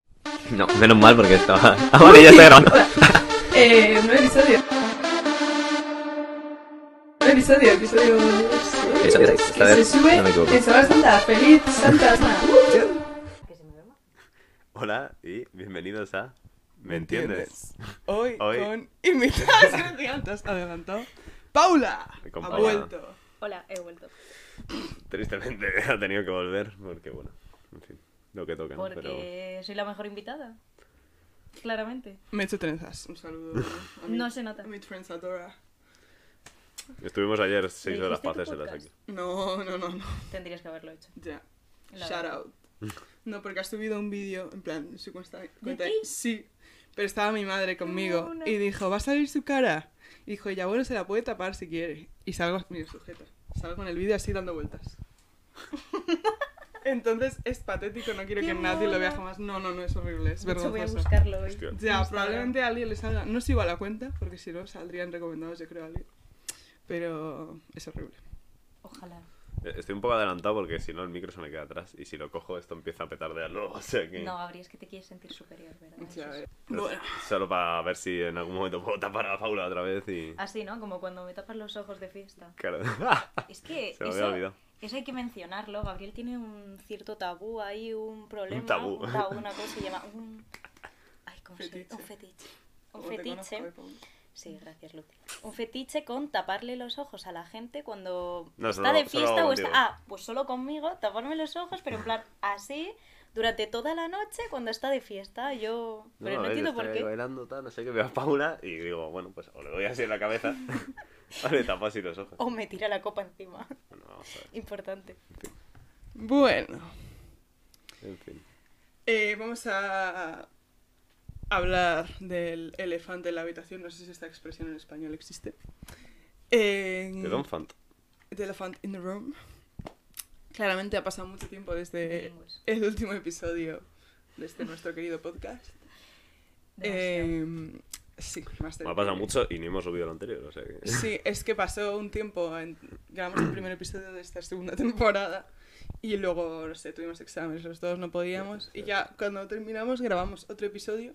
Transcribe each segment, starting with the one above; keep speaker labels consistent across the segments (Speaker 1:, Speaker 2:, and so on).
Speaker 1: No, menos mal porque estaba. Ahora ya está grabando.
Speaker 2: Eh, un episodio. Un episodio, episodio.
Speaker 1: Episodio seis, esta
Speaker 2: Que se
Speaker 1: vez,
Speaker 2: sube
Speaker 1: no me equivoco.
Speaker 2: en Semana Santa. Feliz Santa Semana.
Speaker 3: Hola y bienvenidos a ¿Me entiendes?
Speaker 4: ¿Entiendes? Hoy,
Speaker 3: Hoy.
Speaker 4: con invitadas gigantes adelantado. Paula
Speaker 3: Con
Speaker 4: ha
Speaker 3: Paula.
Speaker 4: vuelto.
Speaker 5: Hola, he vuelto.
Speaker 3: Tristemente ha tenido que volver porque, bueno, en fin, lo que toca, ¿no? Pero
Speaker 5: Porque soy la mejor invitada. Claramente.
Speaker 4: Me he hecho trenzas. Un saludo a mi,
Speaker 5: No se nota.
Speaker 4: a mi trenzadora.
Speaker 3: estuvimos ayer seis
Speaker 5: ¿Me
Speaker 3: horas para
Speaker 5: dijiste tu
Speaker 3: hacérselas aquí.
Speaker 5: podcast?
Speaker 4: No, no, no, no.
Speaker 5: Tendrías que haberlo hecho.
Speaker 4: Ya.
Speaker 5: La
Speaker 4: Shout
Speaker 5: verdad.
Speaker 4: out. No, porque has subido un vídeo, en plan, en su cuenta. cuenta-
Speaker 5: ti?
Speaker 4: Sí. Pero estaba mi madre conmigo
Speaker 5: No, no.
Speaker 4: y dijo, ¿va a salir su cara? Y dijo, ya bueno, se la puede tapar si quiere. Y salgo, mira, sujeta. Salgo con el vídeo así dando vueltas. Entonces es patético, no quiero
Speaker 5: Qué
Speaker 4: que nadie lo vea
Speaker 5: mono.
Speaker 4: jamás. No, no, no, es horrible, es
Speaker 5: De hecho, voy a
Speaker 4: vergonzoso.
Speaker 5: buscarlo hoy.
Speaker 3: Hostia.
Speaker 4: Ya,
Speaker 5: Instagram.
Speaker 4: probablemente a alguien le salga. No sigo a la cuenta, porque si no saldrían recomendados, yo creo, a alguien. Pero es horrible.
Speaker 5: Ojalá.
Speaker 3: Eh, Estoy un poco adelantado porque si no el micro se me queda atrás y si lo cojo esto empieza a petardearlo. O sea que.
Speaker 5: No, habrías que te quieres sentir superior, ¿verdad? Eso
Speaker 4: Ya,
Speaker 5: es-
Speaker 4: eh.
Speaker 3: Pero
Speaker 4: Bueno,
Speaker 3: Solo para ver si en algún momento puedo tapar a Paula otra vez y.
Speaker 5: Así, ¿no? Como cuando me tapas los ojos de fiesta.
Speaker 3: Claro.
Speaker 5: Es que
Speaker 3: Se me había
Speaker 5: eso,
Speaker 3: olvidado.
Speaker 5: eso hay que mencionarlo. Gabriel tiene un cierto tabú ahí, un problema.
Speaker 3: tabú.
Speaker 5: un tabú, una cosa que se llama un... Ay, ¿cómo se-
Speaker 4: Fetiche.
Speaker 5: Un fetiche. Un
Speaker 4: como te
Speaker 5: fetiche.
Speaker 4: conozco, eh, Paula.
Speaker 5: Sí, gracias, Luti. Un fetiche con taparle los ojos a la gente cuando
Speaker 3: No,
Speaker 5: está
Speaker 3: solo-
Speaker 5: de
Speaker 3: solo
Speaker 5: fiesta o está.
Speaker 3: contigo.
Speaker 5: Ah, pues solo conmigo, taparme los ojos, pero en plan así durante toda la noche cuando está de fiesta. Yo. Pero no,
Speaker 3: a ver, yo
Speaker 5: entiendo por
Speaker 3: estoy ahí
Speaker 5: qué.
Speaker 3: bailando, tal, no sé qué, veo a Paula y digo, bueno, pues o le doy así en la cabeza o le tapo así los ojos.
Speaker 5: O me tira la copa encima.
Speaker 3: Bueno, vamos a ver.
Speaker 5: Importante.
Speaker 4: Bueno,
Speaker 3: En fin.
Speaker 4: eh, vamos a hablar del elefante en la habitación. No sé si esta expresión en español existe. Eh,
Speaker 3: De Don Fant.
Speaker 4: The Elephant in the Room. Claramente ha pasado mucho tiempo desde
Speaker 5: Bilingües.
Speaker 4: el último episodio de este nuestro querido podcast.
Speaker 5: Demasiado.
Speaker 4: Eh, sí, más de-
Speaker 3: Me ha pasado mucho y ni hemos subido el anterior, o sea que...
Speaker 4: Sí, es que pasó un tiempo, en- grabamos el primer episodio de esta segunda temporada y luego, no sé, tuvimos exámenes, los dos no podíamos y ya cuando terminamos grabamos otro episodio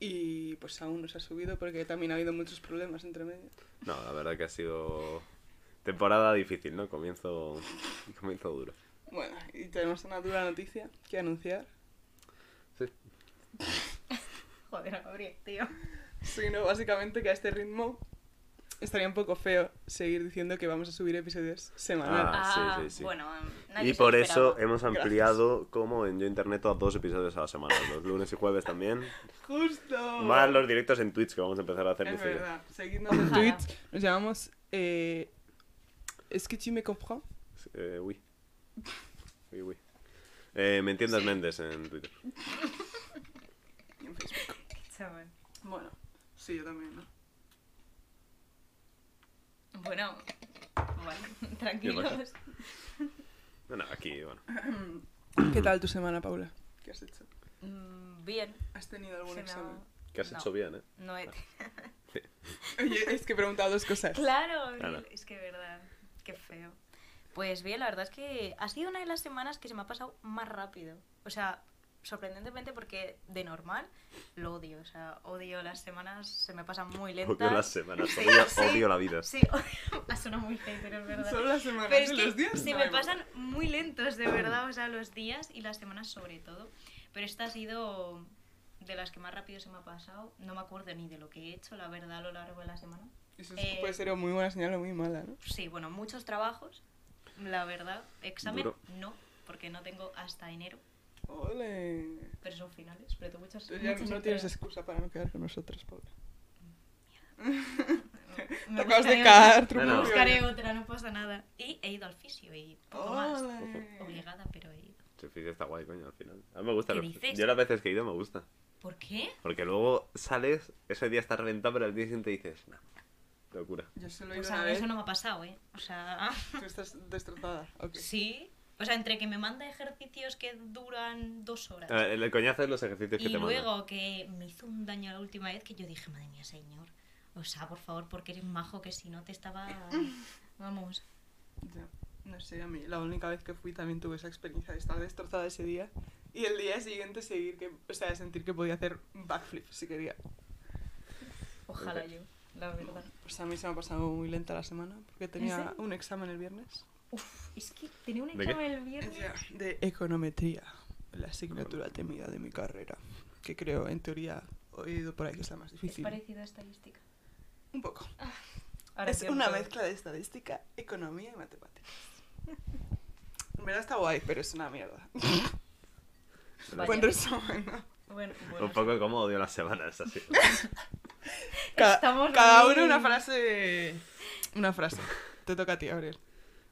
Speaker 4: y pues aún no se ha subido porque también ha habido muchos problemas entre medio.
Speaker 3: No, la verdad que ha sido temporada difícil, ¿no? Comienzo, comienzo duro.
Speaker 4: Bueno, y tenemos una dura noticia que anunciar.
Speaker 5: Joder, Gabriel, tío.
Speaker 4: Sí, no, básicamente que a este ritmo estaría un poco feo seguir diciendo que vamos a subir episodios semanales.
Speaker 3: Ah, sí,
Speaker 5: Ah,
Speaker 3: sí, sí.
Speaker 5: Bueno,
Speaker 3: y por eso
Speaker 5: hemos
Speaker 3: hemos ampliado, como en Yo Internet, a dos episodios a la semana, los lunes y jueves también,
Speaker 4: Justo.
Speaker 3: más los directos en Twitch que vamos a empezar a hacer.
Speaker 4: Es
Speaker 3: dice yo.
Speaker 4: verdad. Seguidnos en
Speaker 5: Ojalá.
Speaker 4: Twitch. Nos llamamos. Eh, ¿Es que tu me comprends?
Speaker 3: Sí, Eh, uy. Uy, uy. Eh, me entiendas Méndez en Twitter.
Speaker 4: En Facebook. Bueno, sí, yo también, ¿no?
Speaker 5: Bueno, bueno,
Speaker 3: tranquilos.
Speaker 5: tranquilos.
Speaker 3: No, no, aquí, bueno.
Speaker 4: ¿Qué tal tu semana, Paula? ¿Qué has hecho?
Speaker 5: Mm, Bien.
Speaker 4: ¿Has tenido algún
Speaker 5: se me ha-
Speaker 4: examen?
Speaker 3: Que has
Speaker 5: No.
Speaker 3: hecho bien, ¿eh?
Speaker 5: No he
Speaker 4: Oye, es que he preguntado dos cosas.
Speaker 5: Claro,
Speaker 3: Claro.
Speaker 5: el- es que verdad, qué feo. Pues bien, la verdad es que ha sido una de las semanas que se me ha pasado más rápido. O sea, sorprendentemente porque de normal lo odio. O sea, odio las semanas, se me pasan muy lentas.
Speaker 3: Odio las semanas,
Speaker 5: Sí,
Speaker 3: odio,
Speaker 5: sí.
Speaker 3: odio la vida.
Speaker 5: Sí, ha sonado muy feo, pero es verdad.
Speaker 4: Solo las semanas
Speaker 5: Pero es
Speaker 4: y
Speaker 5: que
Speaker 4: los días.
Speaker 5: se
Speaker 4: no
Speaker 5: me
Speaker 4: hay más.
Speaker 5: pasan muy lentos, de verdad, o sea, los días y las semanas sobre todo. Pero esta ha sido de las que más rápido se me ha pasado. No me acuerdo ni de lo que he hecho, la verdad, a lo largo de la semana.
Speaker 4: Eso
Speaker 5: eh,
Speaker 4: puede ser o muy buena señal o muy mala, ¿no?
Speaker 5: Sí, bueno, muchos trabajos, la verdad. Examen
Speaker 3: Duro.
Speaker 5: no, porque no tengo hasta enero,
Speaker 4: Ole.
Speaker 5: pero son finales, pero tengo muchas,
Speaker 4: Tú ya
Speaker 5: muchas
Speaker 4: no tienes
Speaker 5: entregas.
Speaker 4: excusa para no quedar con nosotros, Paula.
Speaker 5: Me
Speaker 4: Te acabas de
Speaker 5: buscaré
Speaker 4: cagar,
Speaker 5: otra-
Speaker 4: truco.
Speaker 3: No, no.
Speaker 5: Buscaré otra, no pasa nada. Y he ido al fisio y poco más.
Speaker 4: Ole.
Speaker 5: Obligada, pero he ido.
Speaker 3: Sí, sí, está guay, coño, al final. A mí me gusta.
Speaker 5: ¿Qué
Speaker 3: lo-
Speaker 5: dices?
Speaker 3: Yo las veces que he ido me gusta.
Speaker 5: ¿Por qué?
Speaker 3: Porque luego sales, ese día está reventado, pero al día siguiente dices, "Nah, locura.
Speaker 4: Yo solo he ido
Speaker 5: Pues
Speaker 4: una
Speaker 5: a mí
Speaker 4: vez.
Speaker 5: eso no me ha pasado, ¿eh? O sea,
Speaker 4: Tú estás destrozada. Ok.
Speaker 5: sí. O sea, entre que me manda ejercicios que duran dos horas.
Speaker 3: A ver, el coñazo Ah, es los ejercicios que
Speaker 5: Y
Speaker 3: te
Speaker 5: luego
Speaker 3: mandan.
Speaker 5: que me hizo un daño la última vez que yo dije, madre mía, señor. O sea, por favor, porque eres majo, que si no te estaba. Vamos.
Speaker 4: Ya, no sé, a mí la única vez que fui también tuve esa experiencia de estar destrozada ese día Y el día siguiente seguir, que, o sea, sentir que podía hacer backflip si quería.
Speaker 5: Ojalá yo, la verdad.
Speaker 4: Pues a mí se me ha pasado muy lenta la semana porque tenía
Speaker 5: serio?
Speaker 4: un examen el viernes.
Speaker 5: Uf, es que tenía un
Speaker 3: ¿De qué?
Speaker 5: examen el viernes.
Speaker 4: De econometría, la asignatura temida de mi carrera, que creo, en teoría, he oído por ahí que es la más
Speaker 5: Es
Speaker 4: difícil.
Speaker 5: parecido a estadística.
Speaker 4: Un poco.
Speaker 5: Ahora
Speaker 4: es
Speaker 5: entiendo
Speaker 4: una
Speaker 5: todo.
Speaker 4: mezcla de estadística, economía y matemáticas. En verdad está guay, pero es una mierda.
Speaker 5: Vaya.
Speaker 4: Buen resumen, ¿no?
Speaker 5: Bueno, bueno,
Speaker 3: Un poco como odio las semanas así.
Speaker 4: Ca-
Speaker 5: Estamos
Speaker 4: cada
Speaker 5: muy-
Speaker 4: uno una frase. Una frase. Te toca a ti, Gabriel.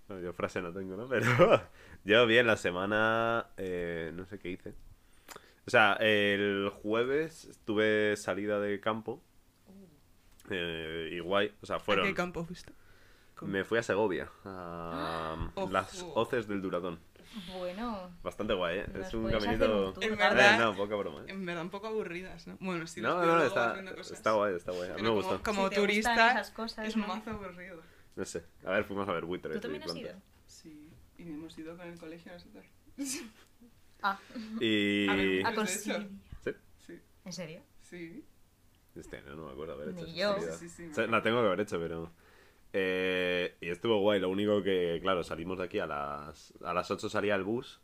Speaker 3: Bueno, yo frase no tengo, ¿no? Pero yo bien la semana... eh, no sé qué hice. O sea, el jueves tuve salida de campo.
Speaker 5: Uh.
Speaker 3: Eh, y guay. O sea,
Speaker 4: ¿A
Speaker 3: fueron...
Speaker 4: qué campo fuiste? ¿Cómo?
Speaker 3: Me fui a Segovia, a
Speaker 4: Ojo.
Speaker 3: las hoces del Duratón.
Speaker 5: Bueno,
Speaker 3: Bastante guay, ¿eh?
Speaker 5: Las
Speaker 3: Es un
Speaker 5: puedes hacer
Speaker 3: caminito...
Speaker 5: un tour,
Speaker 4: En
Speaker 3: A ver,
Speaker 4: verdad.
Speaker 3: Eh, no, poca broma, ¿eh?
Speaker 4: En verdad, un poco aburridas, ¿no? Bueno, sí, los
Speaker 3: No, no,
Speaker 4: biólogos
Speaker 3: está,
Speaker 4: viendo cosas.
Speaker 3: está guay, está guay. A mí
Speaker 4: Pero
Speaker 3: me
Speaker 4: como,
Speaker 3: gustó.
Speaker 4: como
Speaker 5: Si te gustan
Speaker 4: turista,
Speaker 5: esas cosas,
Speaker 4: es
Speaker 5: ¿no?
Speaker 4: mazo aburrido.
Speaker 3: No sé. A ver, fuimos a ver buitres.
Speaker 5: ¿tú
Speaker 3: y
Speaker 5: también has
Speaker 3: plantas.
Speaker 5: ido?
Speaker 4: Sí, y hemos ido con el colegio nosotros.
Speaker 5: Ah,
Speaker 4: A ver,
Speaker 3: Y...
Speaker 5: a
Speaker 4: ¿Qué es eso?
Speaker 5: Consilia.
Speaker 3: Sí.
Speaker 4: Sí,
Speaker 5: ¿En serio?
Speaker 4: sí.
Speaker 3: Este año no me acuerdo haber hecho. esa
Speaker 5: Ni yo.
Speaker 3: salida.
Speaker 4: Sí, sí, sí, me
Speaker 3: O sea, la tengo que haber hecho, pero... Eh, y estuvo guay, lo único que, claro, salimos de aquí a las... A las 8 salía el bus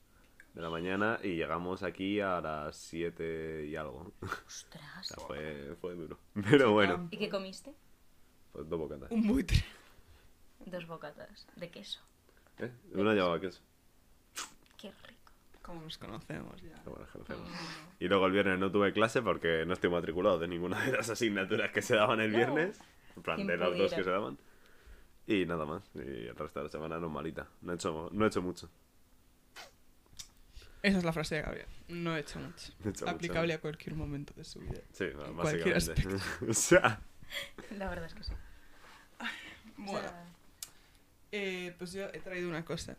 Speaker 3: de la mañana y llegamos aquí a las 7 y algo. O
Speaker 5: Ostras.
Speaker 3: sea, fue, fue duro. Pero bueno,
Speaker 5: ¿Y qué comiste?
Speaker 3: pues dos bocatas.
Speaker 4: Un buitre.
Speaker 5: Dos bocatas de queso.
Speaker 3: ¿Eh? Una llevaba queso.
Speaker 5: Qué rico.
Speaker 4: Como nos conocemos ya.
Speaker 3: Pero bueno, ejercemos. Y luego el viernes no tuve clase porque no estoy matriculado de ninguna de las asignaturas que se daban el
Speaker 5: No.
Speaker 3: viernes. En plan,
Speaker 5: ¿Quién
Speaker 3: de las dos
Speaker 5: pudiera?
Speaker 3: que se daban. Y nada más. Y el resto de la semana normalita. No he hecho, no he hecho mucho.
Speaker 4: Esa es la frase de Gabriel. No he hecho mucho.
Speaker 3: No he hecho mucho,
Speaker 4: Aplicable
Speaker 3: ¿no?
Speaker 4: a cualquier momento de su vida.
Speaker 3: Sí,
Speaker 4: En cualquier
Speaker 3: básicamente. o sea,
Speaker 5: Mm, La verdad es que sí. O
Speaker 4: Bueno,
Speaker 5: sea,
Speaker 4: eh, pues yo he traído una cosa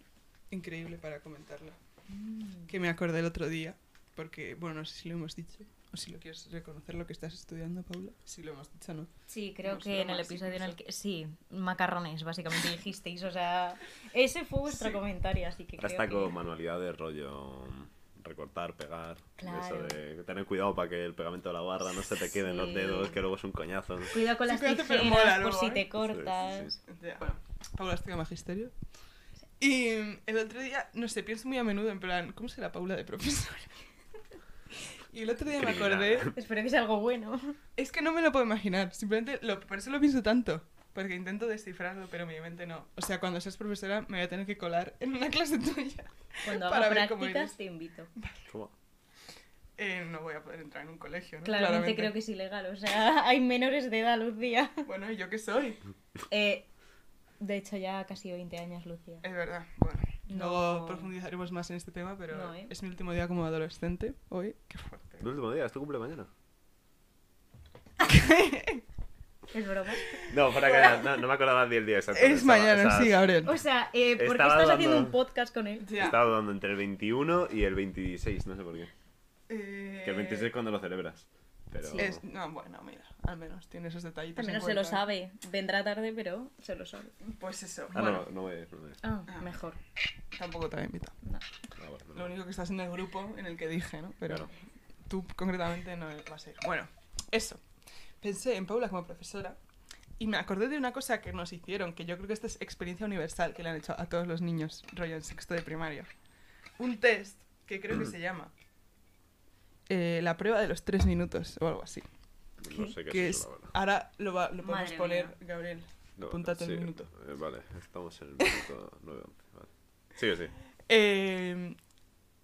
Speaker 4: increíble para comentarla.
Speaker 5: mm,
Speaker 4: Que me acordé el otro día. Porque, bueno, no sé si lo hemos dicho. O si lo quieres reconocer lo que estás estudiando, Paula. Si lo hemos dicho, ¿no?
Speaker 5: Sí, creo
Speaker 4: No sé,
Speaker 5: que en el
Speaker 4: más,
Speaker 5: episodio en el
Speaker 4: incluso.
Speaker 5: que... Sí, macarrones, básicamente dijisteis. O sea, ese fue vuestro
Speaker 4: Sí.
Speaker 5: comentario, así que creo
Speaker 3: hasta
Speaker 5: que...
Speaker 3: con manualidades rollo recortar, pegar.
Speaker 5: Claro.
Speaker 3: Eso de tener cuidado para que el pegamento de la barra no se te quede en los
Speaker 5: Sí.
Speaker 3: dedos, que luego es un coñazo.
Speaker 5: Cuidado con
Speaker 4: Sí,
Speaker 5: las
Speaker 4: cuídate,
Speaker 5: tijeras
Speaker 4: pero mola
Speaker 5: por
Speaker 4: luego,
Speaker 5: si
Speaker 4: ¿eh?
Speaker 5: te
Speaker 3: Sí, sí,
Speaker 5: cortas.
Speaker 4: Bueno, Paula estudia magisterio. Y mm, el otro día, no sé, pienso muy a menudo en plan, ¿cómo será Paula de profesora? Y el otro día me
Speaker 3: Criminal.
Speaker 4: acordé
Speaker 5: Espero que sea algo bueno.
Speaker 4: Es que no me lo puedo imaginar, simplemente lo, por eso lo pienso tanto. Porque intento descifrarlo, pero mi mente no. O sea, cuando seas profesora me voy a tener que colar en una clase tuya.
Speaker 5: Cuando
Speaker 4: Para
Speaker 5: haga
Speaker 4: ver cómo
Speaker 5: prácticas
Speaker 4: eres.
Speaker 5: te invito.
Speaker 3: ¿Cómo?
Speaker 4: Eh, no voy a poder entrar en un colegio, ¿no?
Speaker 5: Claramente, creo que es ilegal. O sea, hay menores de edad, Lucía.
Speaker 4: Bueno, ¿y yo qué soy?
Speaker 5: Eh, de hecho, ya casi 20 años, Lucía.
Speaker 4: Es verdad, bueno.
Speaker 5: No.
Speaker 4: Luego profundizaremos más en este tema, pero
Speaker 5: No, ¿eh?
Speaker 4: es mi último día como adolescente hoy. Qué fuerte.
Speaker 3: El último día, ¿es tu cumple mañana?
Speaker 5: Es broma.
Speaker 3: No, fuera que no, no me acordaba ni el día exacto.
Speaker 4: Es
Speaker 3: Estaba-
Speaker 4: mañana,
Speaker 3: estaba-
Speaker 4: sí, Gabriel.
Speaker 5: O sea, eh, ¿por qué
Speaker 3: Estaba
Speaker 5: estás haciendo
Speaker 3: dando-
Speaker 5: un podcast con él?
Speaker 4: Ya.
Speaker 3: Estaba dudando entre el 21 y el 26, no sé por qué.
Speaker 4: Eh,
Speaker 3: Que el 26 es cuando lo celebras. Pero...
Speaker 5: Sí.
Speaker 4: es- No, bueno, mira, al menos tiene esos detallitos.
Speaker 5: Al menos
Speaker 4: en
Speaker 5: se lo
Speaker 4: cuenta.
Speaker 5: sabe. Vendrá tarde, pero se lo sabe.
Speaker 4: Pues eso,
Speaker 3: Ah,
Speaker 4: bueno,
Speaker 3: no, no me... No me...
Speaker 5: Ah,
Speaker 4: Ah.
Speaker 5: mejor.
Speaker 4: tampoco te había invitado.
Speaker 5: No.
Speaker 3: Ah, bueno, no me-
Speaker 4: Lo único que estás en el grupo en el que dije, ¿no? Pero
Speaker 3: Claro.
Speaker 4: tú concretamente no vas a ir. Bueno, eso. Pensé en Paula como profesora y me acordé de una cosa que nos hicieron, que yo creo que esta es experiencia universal que le han hecho a todos los niños, rollo en sexto de primaria. Un test que creo que se llama eh, la prueba de los tres minutos o algo así.
Speaker 3: No sé
Speaker 4: que
Speaker 3: qué es
Speaker 4: es,
Speaker 3: eso, la verdad.
Speaker 4: ahora lo, va- lo podemos
Speaker 5: Madre
Speaker 4: poner,
Speaker 5: mía.
Speaker 4: Gabriel.
Speaker 3: No,
Speaker 4: apúntate el
Speaker 3: sí,
Speaker 4: minuto.
Speaker 3: eh, vale, estamos en el minuto 9 Vale. Sigue, sí.
Speaker 4: Eh,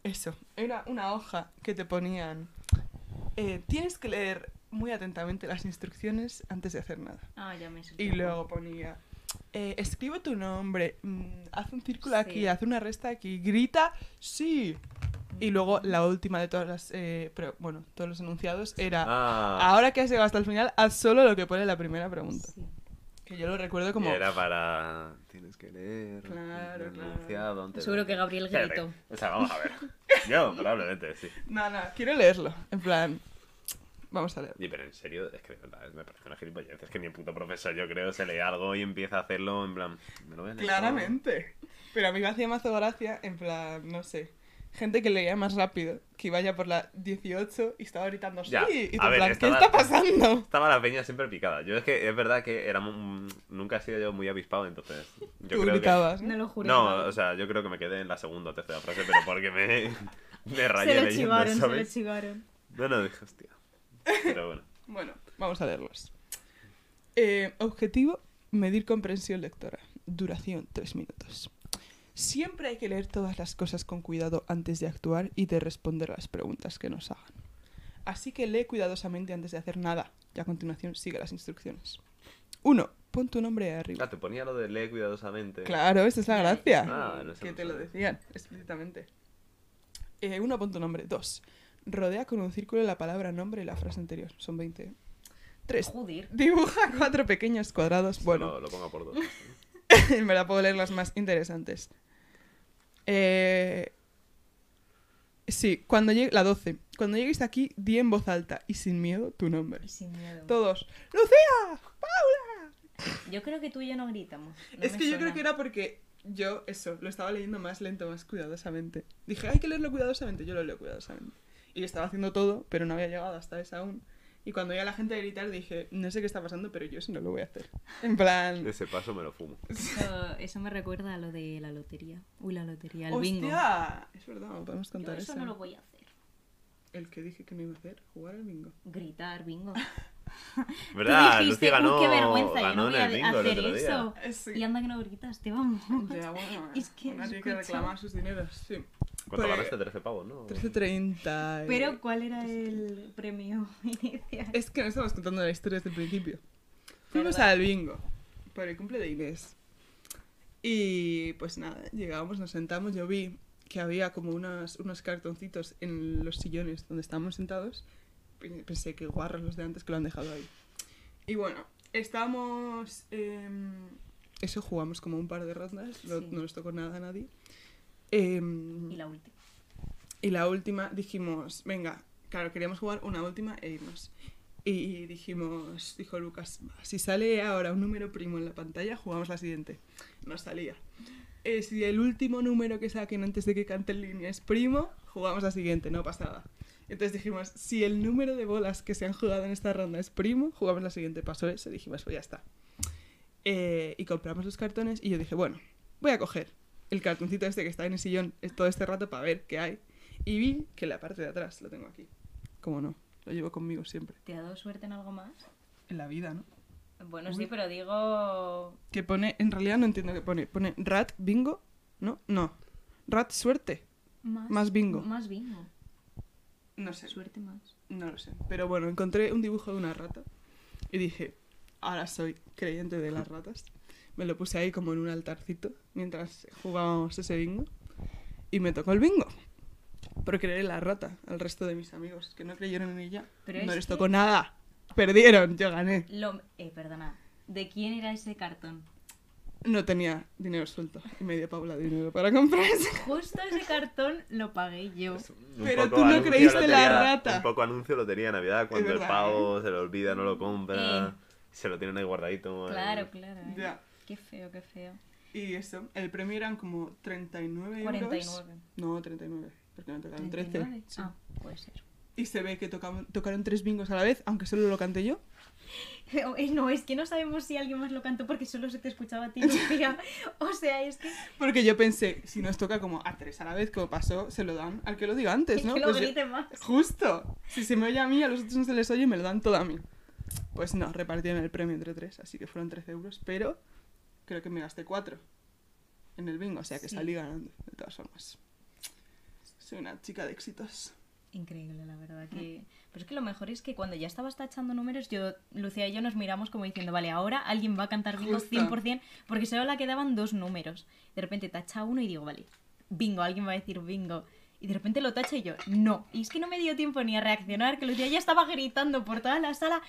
Speaker 4: eso, era una hoja que te ponían. eh, tienes que leer muy atentamente las instrucciones antes de hacer nada.
Speaker 5: Ah, ya me suelto.
Speaker 4: Y luego ponía, eh, escribe tu nombre, mm, haz un círculo aquí,
Speaker 5: Sí.
Speaker 4: haz una resta aquí, grita, sí. Y luego la última de todas las, eh, pero, bueno, todos los enunciados era,
Speaker 3: Ah,
Speaker 4: ahora que has llegado hasta el final, haz solo lo que pone la primera pregunta.
Speaker 5: Sí.
Speaker 4: Que yo lo recuerdo
Speaker 3: y
Speaker 4: como...
Speaker 3: era para... Tienes que leer...
Speaker 4: Claro,
Speaker 3: el
Speaker 4: claro.
Speaker 3: enunciado antes de-
Speaker 5: Seguro que Gabriel
Speaker 3: Espérate,
Speaker 5: gritó.
Speaker 3: O sea, vamos a ver. Yo, probablemente, sí.
Speaker 4: No, no, quiero leerlo. En plan, vamos a leer.
Speaker 3: Y pero en serio, es que de verdad, me parece una gilipollez. Es que ni el puto profesor, yo creo, se lee algo y empieza a hacerlo en plan. Me lo voy a leer todo.
Speaker 4: Claramente. Pero a mí me hacía mazo gracia, en plan, no sé. gente que leía más rápido, que iba ya por la 18 y estaba gritando sí.
Speaker 3: Ya,
Speaker 4: Y tú
Speaker 3: a
Speaker 4: en
Speaker 3: ver,
Speaker 4: plan, ¿qué
Speaker 3: estaba-
Speaker 4: está pasando?
Speaker 3: Estaba la peña siempre picada. Yo es que es verdad que era mu- mm, nunca he sido yo muy avispado, entonces. Yo
Speaker 4: tú
Speaker 3: creo
Speaker 4: gritabas.
Speaker 5: No
Speaker 4: ¿no?
Speaker 5: lo juro.
Speaker 3: No, o sea, yo creo que me quedé en la segunda o tercera frase, pero porque me, me rayé
Speaker 5: se lo
Speaker 3: leyendo,
Speaker 5: chivaron, se lo
Speaker 3: ¿sabes?
Speaker 5: chivaron.
Speaker 3: No, no, dije, hostia. Pero bueno.
Speaker 4: Bueno, vamos a leerlos. Eh, objetivo, medir comprensión lectora. Duración, 3 minutos. Siempre hay que leer todas las cosas con cuidado antes de actuar y de responder a las preguntas que nos hagan. Así que lee cuidadosamente antes de hacer nada y a continuación sigue las instrucciones. 1. Pon tu nombre ahí arriba.
Speaker 3: Ah, te ponía lo de lee cuidadosamente.
Speaker 4: Claro, esa es la gracia.
Speaker 3: Ah, no sé,
Speaker 4: que
Speaker 3: no
Speaker 4: te lo
Speaker 3: sabía.
Speaker 4: decían explícitamente. Eh, uno, pon tu nombre. Dos, rodea con un círculo la palabra nombre y la frase anterior. Son 20. Tres,
Speaker 5: Joder.
Speaker 4: dibuja cuatro pequeños cuadrados. Bueno,
Speaker 3: No, lo pongo por dos.
Speaker 4: me la puedo leer las más interesantes. Eh, sí, cuando llegue... La 12. Cuando llegues aquí, di en voz alta y sin miedo tu nombre.
Speaker 5: Y Sin miedo.
Speaker 4: Todos. ¡Lucía!
Speaker 5: Yo creo que tú y yo no gritamos. no
Speaker 4: es
Speaker 5: me
Speaker 4: que yo
Speaker 5: suena.
Speaker 4: creo que era porque yo, eso, lo estaba leyendo más lento, más cuidadosamente. Dije, hay que leerlo cuidadosamente, yo lo leo cuidadosamente. Y yo estaba haciendo todo, pero no había llegado hasta esa aún. Y cuando oía a la gente gritar dije, no sé qué está pasando, pero yo eso no lo voy a hacer. En plan...
Speaker 3: Ese paso me lo fumo.
Speaker 5: Eso, eso me recuerda a lo de la lotería. Uy, la lotería, el bingo.
Speaker 4: ¡Hostia! Es verdad, podemos
Speaker 5: Yo
Speaker 4: contar
Speaker 5: eso
Speaker 4: eso.
Speaker 5: no lo voy a hacer.
Speaker 4: El que dije que no iba a hacer, jugar al bingo.
Speaker 5: Gritar, bingo.
Speaker 3: ¿Verdad?
Speaker 5: Tú dijiste,
Speaker 3: Lucía ganó,
Speaker 5: "Uy, qué vergüenza, yo no
Speaker 3: ganó
Speaker 5: voy
Speaker 3: en
Speaker 5: a
Speaker 3: el bingo el
Speaker 5: hacer
Speaker 3: otro día.
Speaker 5: eso.
Speaker 4: Eh, sí.
Speaker 5: Y anda que no gritaste, vamos.
Speaker 4: Ya, bueno,
Speaker 5: Es que,
Speaker 4: uno tiene que
Speaker 5: escucha.
Speaker 4: reclamar sus dineros, sí.
Speaker 3: ¿Cuánto
Speaker 4: Pues-
Speaker 3: ganaste? 13 pavos, ¿no?
Speaker 4: 13.30. y-
Speaker 5: Pero, ¿cuál era el premio inicial?
Speaker 4: Es que no estamos contando la historia desde el principio. Fuimos
Speaker 5: Verdad.
Speaker 4: al bingo por el cumple de Inés. Y pues nada, llegábamos, nos sentamos. Yo vi que había como unas, unos cartoncitos en los sillones donde estábamos sentados. Pe- Pensé que guarros los de antes que lo han dejado ahí. Y bueno, estábamos. em, eso jugamos como un par de rondas, no,
Speaker 5: Sí.
Speaker 4: no nos tocó nada a nadie. Em,
Speaker 5: Y la última.
Speaker 4: y la última dijimos, venga, claro, queríamos jugar una última e irnos. Y dijimos, dijo Lucas, si sale ahora un número primo en la pantalla, jugamos la siguiente. No salía. Eh, si el último número que saquen antes de que cante en línea es primo, jugamos la siguiente, no pasa nada. Entonces dijimos, si el número de bolas que se han jugado en esta ronda es primo, jugamos la siguiente. Pasó eso, y dijimos, pues ya está. Eh, y compramos los cartones y yo dije, bueno, voy a coger el cartoncito este que está en el sillón es- todo este rato para ver qué hay. Y vi que la parte de atrás lo tengo aquí. Como no, lo llevo conmigo siempre.
Speaker 5: ¿Te ha dado suerte en algo más?
Speaker 4: En la vida, ¿no?
Speaker 5: Bueno,
Speaker 4: Uy.
Speaker 5: sí, pero digo...
Speaker 4: Que pone, en realidad no entiendo qué pone. Pone rat bingo, ¿no? No. Rat suerte.
Speaker 5: Más,
Speaker 4: Más bingo.
Speaker 5: Más bingo.
Speaker 4: No sé,
Speaker 5: Suerte más.
Speaker 4: no lo sé. Pero bueno, encontré un dibujo de una rata y dije, ahora soy creyente de las ratas. Me lo puse ahí como en un altarcito mientras jugábamos ese bingo y me tocó el bingo. Pero creer en la rata al resto de mis amigos que no creyeron en ella.
Speaker 5: Pero
Speaker 4: no
Speaker 5: es
Speaker 4: les
Speaker 5: que-
Speaker 4: tocó nada. Perdieron, yo gané.
Speaker 5: Lo... Eh, perdona. ¿De quién era ese cartón?
Speaker 4: No tenía dinero suelto y media paula de dinero para comprarse.
Speaker 5: Justo ese cartón lo pagué yo.
Speaker 3: Un
Speaker 4: Pero
Speaker 3: poco
Speaker 4: tú no
Speaker 3: anuncio
Speaker 4: creíste
Speaker 3: lotería-
Speaker 4: la rata.
Speaker 3: Un poco anuncio lotería de Navidad, cuando el
Speaker 4: verdad, ¿eh?
Speaker 3: pavo se lo olvida, no lo compra,
Speaker 5: Eh.
Speaker 3: se lo tienen ahí guardadito. eh.
Speaker 5: Claro, claro. eh.
Speaker 4: Ya.
Speaker 5: Qué feo, qué feo.
Speaker 4: Y eso, el premio eran como 39 euros.
Speaker 5: 49.
Speaker 4: No, 39, porque me tocaron 13.
Speaker 5: 39.
Speaker 4: sí.
Speaker 5: Ah, puede ser.
Speaker 4: Y se ve que tocaban- tocaron tres bingos a la vez, aunque solo lo canté yo.
Speaker 5: Eh, No, es que no sabemos si alguien más lo cantó porque solo se te escuchaba a ti, Lucía. O sea, es que,
Speaker 4: Porque yo pensé, si nos toca como a tres a la vez, como pasó, se lo dan al que lo diga antes,
Speaker 5: que
Speaker 4: ¿no?
Speaker 5: lo
Speaker 4: Pues yo-
Speaker 5: grite más.
Speaker 4: Justo. Si se me oye a mí, a los otros no se les oye, me lo dan todo a mí. Pues no, repartieron el premio entre tres, así que fueron 13 euros, pero creo que me gasté cuatro en el bingo, o sea que
Speaker 5: Sí.
Speaker 4: salí ganando, de todas formas. Soy una chica de éxitos.
Speaker 5: Increíble, la verdad que... Pero es que lo mejor es que cuando ya estabas tachando números, yo, Lucía y yo nos miramos como diciendo, vale, ahora alguien va a cantar bingo
Speaker 4: Justo.
Speaker 5: 100%, porque solo la quedaban dos números. De repente tacha uno y digo, vale, bingo, alguien va a decir bingo. Y de repente lo tacha y yo, no. Y es que no me dio tiempo ni a reaccionar, que Lucía ya estaba gritando por toda la sala,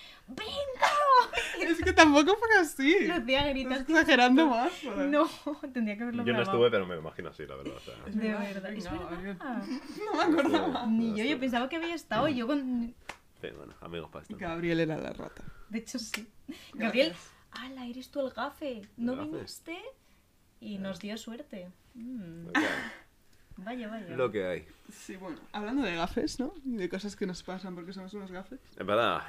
Speaker 5: ¡bingo!
Speaker 4: Es que tampoco fue así.
Speaker 5: Y Lucía grita,
Speaker 4: Estás exagerando más. joder.
Speaker 5: no, tendría que haberlo
Speaker 3: Yo no
Speaker 5: grabado.
Speaker 3: estuve, pero me lo imagino así, la verdad. o sea.
Speaker 5: De
Speaker 4: verdad,
Speaker 5: verdad, es
Speaker 4: venga,
Speaker 5: verdad.
Speaker 4: No me acordaba.
Speaker 5: Ah, Ni
Speaker 3: Ah, No
Speaker 5: yo, yo
Speaker 3: estuve.
Speaker 5: pensaba que había estado yo con...
Speaker 3: Sí, bueno, amigos para esto.
Speaker 4: Gabriel era la rata.
Speaker 5: De hecho, sí. Gabriel, ala, eres tú el gafe. ¿No
Speaker 3: gafe? Eh.
Speaker 5: viniste? Y nos dio suerte. Mm.
Speaker 3: O sea,
Speaker 5: Vaya, vaya.
Speaker 3: Lo que hay.
Speaker 4: Sí, bueno, hablando de gafes, ¿no? Y De cosas que nos pasan porque somos unos gafes.
Speaker 3: En verdad,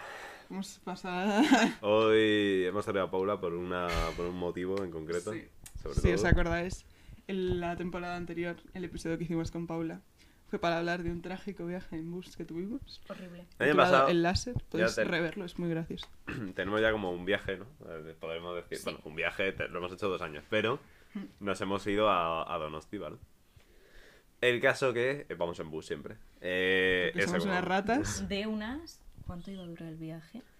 Speaker 4: Hemos pasado...
Speaker 3: hoy hemos salido a Paula por, una, por un motivo en concreto.
Speaker 4: Sí.
Speaker 3: sobre
Speaker 4: Si
Speaker 3: todo.
Speaker 4: os acordáis, en la temporada anterior, el episodio que hicimos con Paula, fue para hablar de un trágico viaje en bus que tuvimos.
Speaker 5: Horrible.
Speaker 3: El año
Speaker 4: titulado
Speaker 3: pasado
Speaker 4: El láser, podéis
Speaker 3: te-
Speaker 4: reverlo, es muy gracioso.
Speaker 3: tenemos ya como un viaje, ¿no? Eh, Podemos decir,
Speaker 5: Sí.
Speaker 3: bueno, un viaje, te- lo hemos hecho dos años, pero nos hemos ido a, a Donosti, ¿vale? El caso que eh, vamos en bus siempre. Eh,
Speaker 4: Porque
Speaker 3: eso
Speaker 4: somos
Speaker 3: como-
Speaker 4: unas ratas.
Speaker 5: De unas. ¿cuánto iba a durar el viaje?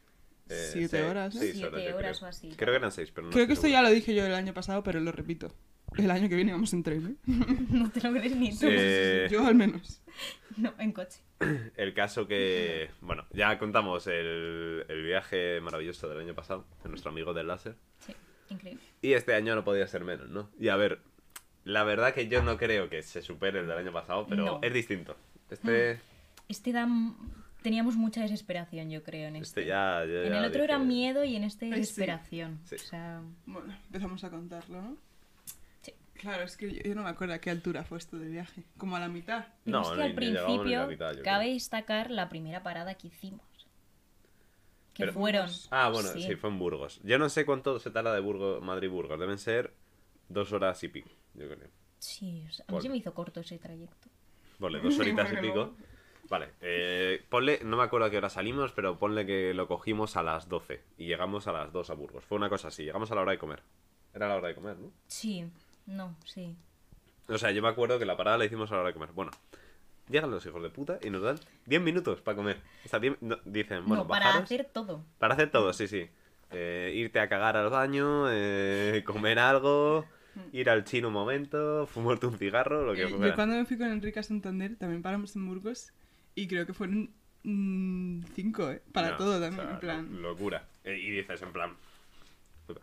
Speaker 3: Eh,
Speaker 4: Siete
Speaker 3: sí,
Speaker 4: horas, ¿no?
Speaker 3: seis
Speaker 5: Siete
Speaker 3: yo
Speaker 5: horas
Speaker 3: creo.
Speaker 5: o así.
Speaker 3: Creo que eran seis, pero no
Speaker 4: Creo que esto
Speaker 3: estoy
Speaker 4: ya lo dije yo el año pasado, pero lo repito. El año que viene vamos en tren, ¿eh?
Speaker 5: No te lo crees ni tú.
Speaker 3: Eh.
Speaker 4: Yo al menos.
Speaker 5: No, en coche.
Speaker 3: seguro. El caso que, bueno, ya contamos el, el viaje maravilloso del año pasado, de nuestro amigo del láser.
Speaker 5: Sí, increíble.
Speaker 3: Y este año no podía ser menos, ¿no? Y a ver, la verdad que yo no creo que se supere el del año pasado, pero
Speaker 5: No.
Speaker 3: es distinto. Este,
Speaker 5: Este da. m- Teníamos mucha desesperación, yo creo, en este.
Speaker 3: este ya, yo
Speaker 5: En
Speaker 3: ya
Speaker 5: el otro era
Speaker 3: dije-
Speaker 5: miedo y en este
Speaker 4: sí.
Speaker 5: desesperación.
Speaker 3: Sí.
Speaker 5: O sea,
Speaker 4: Bueno, empezamos a contarlo, ¿no?
Speaker 5: Sí.
Speaker 4: Claro, es que yo, yo no me acuerdo a qué altura fue esto del viaje. Como a la mitad.
Speaker 3: No,
Speaker 5: es que
Speaker 3: ni-
Speaker 5: al
Speaker 3: ni llegamos ni a la
Speaker 5: principio
Speaker 3: mitad, yo
Speaker 5: cabe
Speaker 3: creo.
Speaker 5: destacar la primera parada que hicimos. Que
Speaker 3: Pero-
Speaker 5: fueron.
Speaker 3: Ah, bueno, sí. fue en Burgos. Yo no sé cuánto se tarda de Burgos, Madrid-Burgos. Deben ser dos horas y pico, yo creo.
Speaker 5: Sí, o sea, a mí
Speaker 3: Por-
Speaker 5: se me hizo corto ese trayecto.
Speaker 3: Vale, dos horitas y
Speaker 4: Bueno.
Speaker 3: pico. Vale, eh, ponle, no me acuerdo a qué hora salimos, pero ponle que lo cogimos a las 12 y llegamos a las 2 a Burgos. Fue una cosa así, llegamos a la hora de comer. Era la hora de comer, ¿no?
Speaker 5: Sí, no, sí.
Speaker 3: O sea, yo me acuerdo que la parada la hicimos a la hora de comer. Bueno, llegan los hijos de puta y nos dan 10 minutos para comer. O sea, 10 no, dicen, bueno,
Speaker 5: no, para
Speaker 3: bajaros-
Speaker 5: hacer todo.
Speaker 3: Para hacer todo, sí, sí. Eh, irte a cagar al baño, eh, comer algo, ir al chino un momento, fumarte un cigarro, lo que
Speaker 4: Mm. Eh, yo
Speaker 3: fuera.
Speaker 4: cuando me fui con Enrique a Santander también paramos en Burgos y creo que fueron mm, cinco, ¿eh? Para
Speaker 3: No,
Speaker 4: todo
Speaker 3: o
Speaker 4: también,
Speaker 3: sea,
Speaker 4: en plan.
Speaker 3: lo- locura. Eh, y dices, en plan. puta.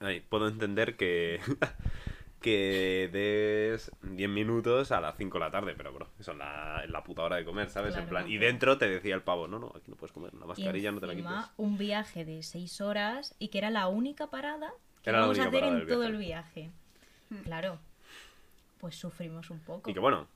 Speaker 3: Ay, puedo entender que. que des 10 minutos a las 5 de la tarde, pero bro, eso es la, la puta hora de comer, ¿sabes?
Speaker 5: Claro,
Speaker 3: en plan.
Speaker 5: no
Speaker 3: Y
Speaker 5: puedes.
Speaker 3: dentro te decía el pavo, no, no, aquí no puedes comer, la
Speaker 5: Y
Speaker 3: mascarilla no te la
Speaker 5: encima,
Speaker 3: quites.
Speaker 5: un viaje de seis horas y que era la única parada que
Speaker 3: Era la
Speaker 5: íbamos a
Speaker 3: única
Speaker 5: hacer
Speaker 3: parada
Speaker 5: en
Speaker 3: del
Speaker 5: todo el
Speaker 3: viaje.
Speaker 5: viaje. Claro. Pues sufrimos un poco.
Speaker 3: Y que bueno.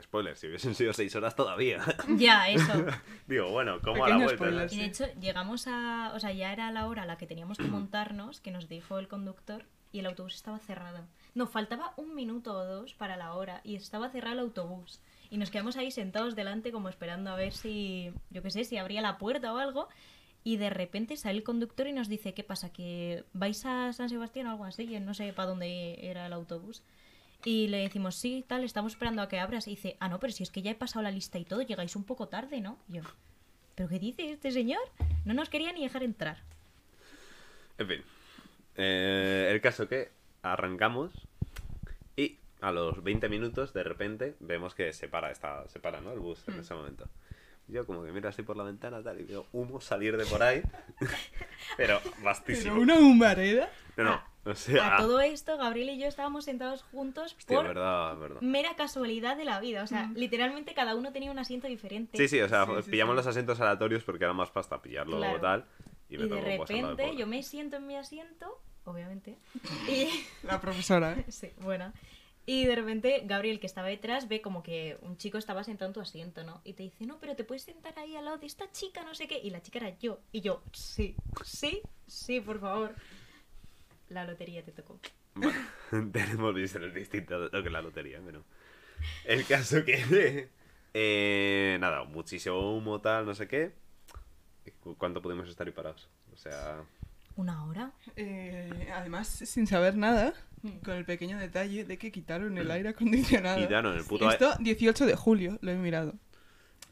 Speaker 3: Spoiler, si hubiesen sido 6 horas todavía.
Speaker 5: Ya, eso.
Speaker 3: Digo, bueno, como a la
Speaker 4: Pequeños
Speaker 3: vuelta.
Speaker 4: spoilers.
Speaker 5: Y de hecho llegamos a, o sea, ya era la hora a la que teníamos que montarnos, que nos dijo el conductor, y el autobús estaba cerrado. No, faltaba un minuto o dos para la hora y estaba cerrado el autobús. Y nos quedamos ahí sentados delante como esperando a ver si, yo qué sé, si abría la puerta o algo. Y de repente sale el conductor y nos dice, ¿qué pasa? ¿Que vais a San Sebastián o algo así? Yo no sé para dónde era el autobús. Y le decimos, sí, tal, estamos esperando a que abras. Y dice, ah, no, pero si es que ya he pasado la lista y todo, llegáis un poco tarde, ¿no? Y yo, ¿Pero qué dice este señor? No nos quería ni dejar entrar.
Speaker 3: En fin. Eh, el caso que arrancamos y a los 20 minutos de repente vemos que se para, esta, se para ¿no? el bus
Speaker 5: Mm.
Speaker 3: en ese momento. Yo como que miro así por la ventana tal, y veo humo salir de por ahí. pero vastísimo.
Speaker 4: Pero una humareda.
Speaker 3: No, no. O sea,
Speaker 5: A todo esto, Gabriel y yo estábamos sentados juntos
Speaker 3: hostia,
Speaker 5: por
Speaker 3: verdad, verdad.
Speaker 5: mera casualidad de la vida. O sea, literalmente cada uno tenía un asiento diferente.
Speaker 3: Sí, sí, o sea,
Speaker 4: Sí, sí,
Speaker 3: pillamos
Speaker 4: sí.
Speaker 3: los asientos aleatorios porque era más pasta pillarlo
Speaker 5: Claro.
Speaker 3: tal. Y,
Speaker 5: Y,
Speaker 3: me
Speaker 5: de
Speaker 3: tocó un bus al lado de
Speaker 5: repente
Speaker 3: Paula.
Speaker 5: yo me siento en mi asiento, obviamente. Y
Speaker 4: La profesora, ¿eh?
Speaker 5: Sí, bueno. Y de repente Gabriel, que estaba detrás, ve como que un chico estaba sentado en tu asiento, ¿no? Y te dice, no, pero te puedes sentar ahí al lado de esta chica, no sé qué. Y la chica era yo. Y yo, sí, sí, sí, por favor. La lotería te tocó.
Speaker 3: Bueno, tenemos visiones distintas de lo que es la lotería, pero. El caso que. eh, nada, muchísimo humo, tal, no sé qué. ¿Cu- ¿Cuánto pudimos estar ahí parados? O sea.
Speaker 5: ¿Una hora?
Speaker 4: Eh, Además, sin saber nada,
Speaker 5: Mm.
Speaker 4: con el pequeño detalle de que quitaron el aire acondicionado.
Speaker 3: Mm. Quitaron el puto
Speaker 4: Esto, 18 de julio, lo he mirado.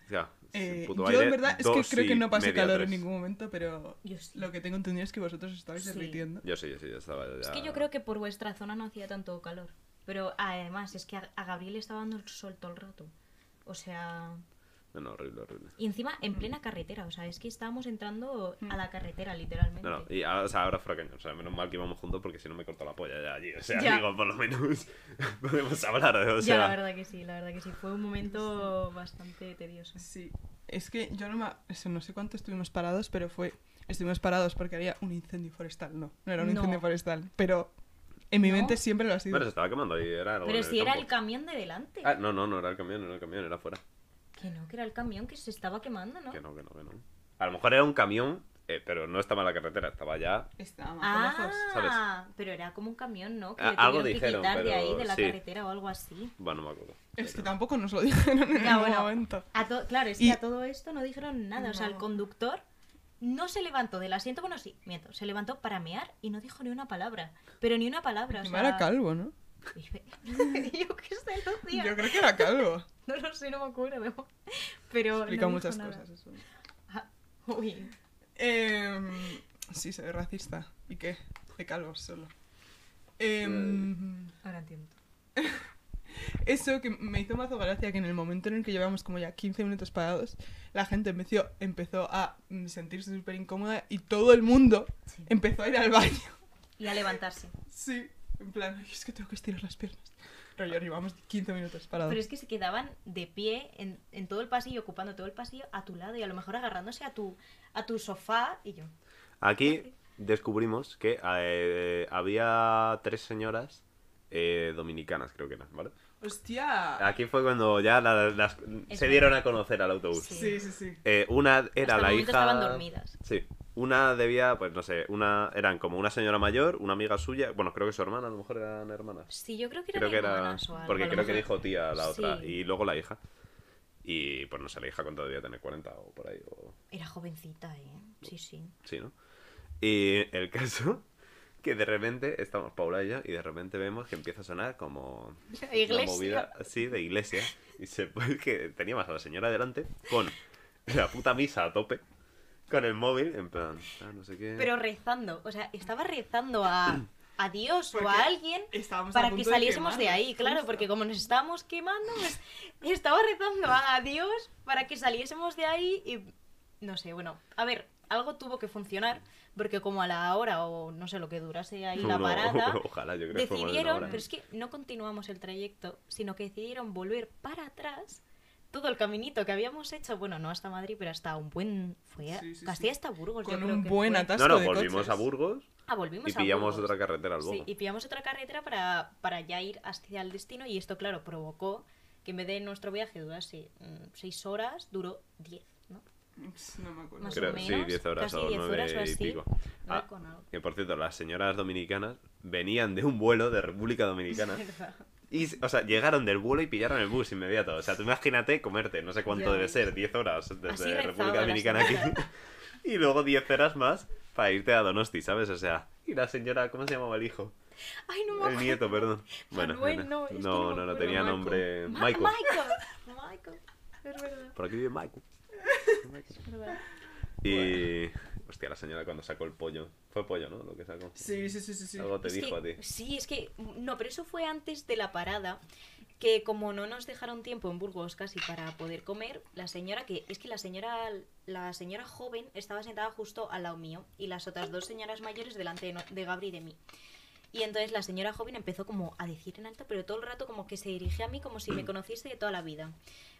Speaker 3: o sea,
Speaker 4: Eh,
Speaker 3: el puto
Speaker 4: yo,
Speaker 3: aire,
Speaker 4: en verdad, es que
Speaker 3: dos
Speaker 4: creo que
Speaker 3: y
Speaker 4: no pasé
Speaker 3: media,
Speaker 4: calor en
Speaker 3: tres.
Speaker 4: ningún momento, pero
Speaker 5: Yo sí.
Speaker 4: lo que tengo entendido es que vosotros estabais
Speaker 5: Sí.
Speaker 4: derritiendo.
Speaker 3: Yo sí, yo sí, yo estaba ya.
Speaker 5: Es que yo creo que por vuestra zona no hacía tanto calor. Pero además, es que a, a Gabriel le estaba dando el sol todo el rato. O sea...
Speaker 3: No, no, horrible, horrible.
Speaker 5: Y encima en plena
Speaker 3: Mm.
Speaker 5: carretera, o sea, es que estábamos entrando a la carretera, literalmente.
Speaker 3: No, no, y ahora, o sea, ahora fracaño. O sea, menos mal que íbamos juntos porque si no me cortó la polla ya allí. O sea,
Speaker 5: Ya.
Speaker 3: digo, por lo menos podemos hablar. O
Speaker 5: Ya,
Speaker 3: sea,
Speaker 5: la verdad que sí, la verdad que sí. Fue un momento bastante tedioso.
Speaker 4: Sí, es que yo no, me- eso, no sé cuánto estuvimos parados, pero fue... Estuvimos parados porque había un incendio forestal, no, no era un
Speaker 5: No.
Speaker 4: incendio forestal, pero En mi
Speaker 5: No.
Speaker 4: mente siempre lo ha sido.
Speaker 3: Bueno, se estaba quemando ahí, era algo en el
Speaker 5: Pero si era
Speaker 3: campo.
Speaker 5: el camión de delante.
Speaker 3: Ah, no, no, no era el camión, no era el camión, era afuera.
Speaker 5: Que no, que era el camión que se estaba quemando, ¿no?
Speaker 3: Que no, que no, que no. A lo mejor era un camión, eh, pero no estaba en la carretera, estaba ya.
Speaker 4: Estaba más
Speaker 5: Ah,
Speaker 4: lejos.
Speaker 3: ¿sabes?
Speaker 5: pero era como un camión, ¿no? Que
Speaker 3: Ah,
Speaker 5: le
Speaker 3: algo
Speaker 5: tuvieron que
Speaker 3: dijeron,
Speaker 5: quitar de
Speaker 3: pero
Speaker 5: ahí, de la
Speaker 3: sí.
Speaker 5: carretera o algo así.
Speaker 3: Bueno, no me acuerdo.
Speaker 4: Es que
Speaker 3: Pero-
Speaker 4: tampoco nos lo dijeron en
Speaker 5: Ya,
Speaker 4: ningún
Speaker 5: bueno,
Speaker 4: momento.
Speaker 5: a to- claro, es
Speaker 4: Y-
Speaker 5: que a todo esto no dijeron nada. O sea, el
Speaker 4: No.
Speaker 5: conductor no se levantó del asiento. Bueno, sí, miento. Se levantó para mear y no dijo ni una palabra. Pero ni una palabra. O
Speaker 4: Encima
Speaker 5: sea,
Speaker 4: era calvo, ¿no?
Speaker 5: Yo qué sé, Lucía.
Speaker 4: Yo creo que era calvo.
Speaker 5: No lo sé, no me acuerdo. Pero. no
Speaker 4: Explica
Speaker 5: dijo
Speaker 4: muchas
Speaker 5: nada.
Speaker 4: cosas eso.
Speaker 5: Ah, uy.
Speaker 4: Em, sí, soy racista. ¿Y qué? De calvos solo. Em,
Speaker 5: Ahora entiendo.
Speaker 4: eso que me hizo mazo gracia que en el momento en el que llevamos como ya 15 minutos parados, la gente empezó, empezó a mm, sentirse súper incómoda y todo el mundo
Speaker 5: Sí.
Speaker 4: empezó a ir al baño.
Speaker 5: Y a levantarse.
Speaker 4: Sí, en plan, "Ay, es que tengo que estirar las piernas. Rollo, llevamos 15 minutos parados.
Speaker 5: Pero es que se quedaban de pie en, en todo el pasillo, ocupando todo el pasillo a tu lado y a lo mejor agarrándose a tu, a tu sofá y yo.
Speaker 3: Aquí descubrimos que eh, había tres señoras eh, dominicanas, creo que eran, ¿vale?
Speaker 4: ¡Hostia!
Speaker 3: Aquí fue cuando ya la- las, se
Speaker 5: verdad.
Speaker 3: dieron a conocer al autobús.
Speaker 5: Sí.
Speaker 4: Sí, sí, sí.
Speaker 3: Eh, una era
Speaker 5: Hasta el
Speaker 3: la
Speaker 5: momento
Speaker 3: hija.
Speaker 5: estaban dormidas.
Speaker 3: Sí. Una debía, pues no sé, una eran como una señora mayor, una amiga suya, bueno, creo que su hermana, a lo mejor eran hermanas.
Speaker 5: Sí, yo creo que
Speaker 3: Creo
Speaker 5: eran
Speaker 3: que era
Speaker 5: hermanas o algo,
Speaker 3: porque
Speaker 5: a lo
Speaker 3: creo que
Speaker 5: mejor.
Speaker 3: dijo tía la otra
Speaker 5: Sí.
Speaker 3: y luego la hija. Y pues no sé, la hija cuánto debía tener 40 o por ahí o
Speaker 5: Era jovencita, ¿eh? Sí, sí.
Speaker 3: Sí, ¿no? Y el caso que de repente estamos Paula y yo y de repente vemos que empieza a sonar como
Speaker 5: La iglesia.
Speaker 3: una movida así de iglesia y se puede que teníamos a la señora delante con la puta misa a tope con el móvil en plan ah, no sé qué
Speaker 5: Pero rezando, o sea, estaba rezando a, a Dios o
Speaker 4: Porque
Speaker 5: a alguien
Speaker 4: estábamos a
Speaker 5: para que
Speaker 4: punto de
Speaker 5: saliésemos de,
Speaker 4: quemarnos,
Speaker 5: ahí, claro,
Speaker 4: justo.
Speaker 5: porque como nos estábamos quemando, pues estaba rezando a Dios para que saliésemos de ahí y no sé, bueno, a ver, algo tuvo que funcionar, porque como a la hora o no sé lo que durase ahí la
Speaker 3: Uno-
Speaker 5: parada,
Speaker 3: ojalá yo creo que fue más de una
Speaker 5: decidieron,
Speaker 3: hora.
Speaker 5: pero es que no continuamos el trayecto, sino que decidieron volver para atrás todo el caminito que habíamos hecho, bueno, no hasta Madrid, pero hasta un buen... Fue a-
Speaker 4: Sí, sí, sí.
Speaker 5: casi hasta Burgos. yo
Speaker 4: Con
Speaker 5: creo
Speaker 4: un
Speaker 5: que
Speaker 4: buen
Speaker 5: fue.
Speaker 4: atasco
Speaker 3: no no
Speaker 4: de
Speaker 3: volvimos
Speaker 4: coches.
Speaker 3: a Burgos
Speaker 5: Ah, volvimos
Speaker 3: y
Speaker 5: a
Speaker 3: pillamos
Speaker 5: Burgos.
Speaker 3: otra carretera al Burgos
Speaker 5: Sí, y pillamos otra carretera para, para ya ir hacia el destino y esto, claro, provocó que en vez de nuestro viaje durase mm, seis horas, duró diez, ¿no?
Speaker 3: Ah.
Speaker 4: No me acuerdo.
Speaker 5: Más
Speaker 3: Creo-
Speaker 5: o menos,
Speaker 3: sí 10 horas
Speaker 5: casi
Speaker 3: o
Speaker 5: 10
Speaker 3: 9
Speaker 5: horas o
Speaker 3: y
Speaker 5: así.
Speaker 3: pico
Speaker 5: No
Speaker 3: Ah,
Speaker 5: con algo.
Speaker 3: que por cierto las señoras dominicanas venían de un vuelo de República Dominicana Y, o sea, llegaron del vuelo y pillaron el bus inmediato. O sea, tú imagínate comerte, no sé cuánto
Speaker 5: Ya
Speaker 3: debe
Speaker 5: ves.
Speaker 3: ser, 10 horas desde
Speaker 5: Así rezaba
Speaker 3: República
Speaker 5: la
Speaker 3: Dominicana aquí. y luego 10 horas más para irte a Donosti, ¿sabes? O sea, y la señora, ¿cómo se llamaba el hijo?
Speaker 5: Ay, no me
Speaker 3: El
Speaker 5: acuerdo.
Speaker 3: nieto, perdón. Bueno,
Speaker 5: Manuel,
Speaker 3: nena,
Speaker 5: no, es que
Speaker 3: no,
Speaker 5: me
Speaker 3: no, no
Speaker 5: acuerdo.
Speaker 3: tenía
Speaker 5: Michael.
Speaker 3: nombre.
Speaker 5: Ma-
Speaker 3: Michael.
Speaker 5: Michael. Michael. Es verdad,
Speaker 3: Por aquí vive Michael.
Speaker 5: es verdad.
Speaker 3: Y. Hostia, la señora cuando sacó el pollo. Fue pollo, ¿no? Lo que sacó.
Speaker 4: Sí, sí, sí, sí. sí.
Speaker 3: Algo te
Speaker 5: Es
Speaker 3: dijo
Speaker 5: que-
Speaker 3: a ti.
Speaker 5: Sí, es que. No, pero eso fue antes de la parada. Que como no nos dejaron tiempo en Burgos casi para poder comer, la señora que. Es que la señora. La señora joven estaba sentada justo al lado mío. Y las otras dos señoras mayores delante de, no- de Gabri y de mí. Y entonces la señora joven empezó como a decir en alto, pero todo el rato como que se dirigía a mí como si me conociese de toda la vida.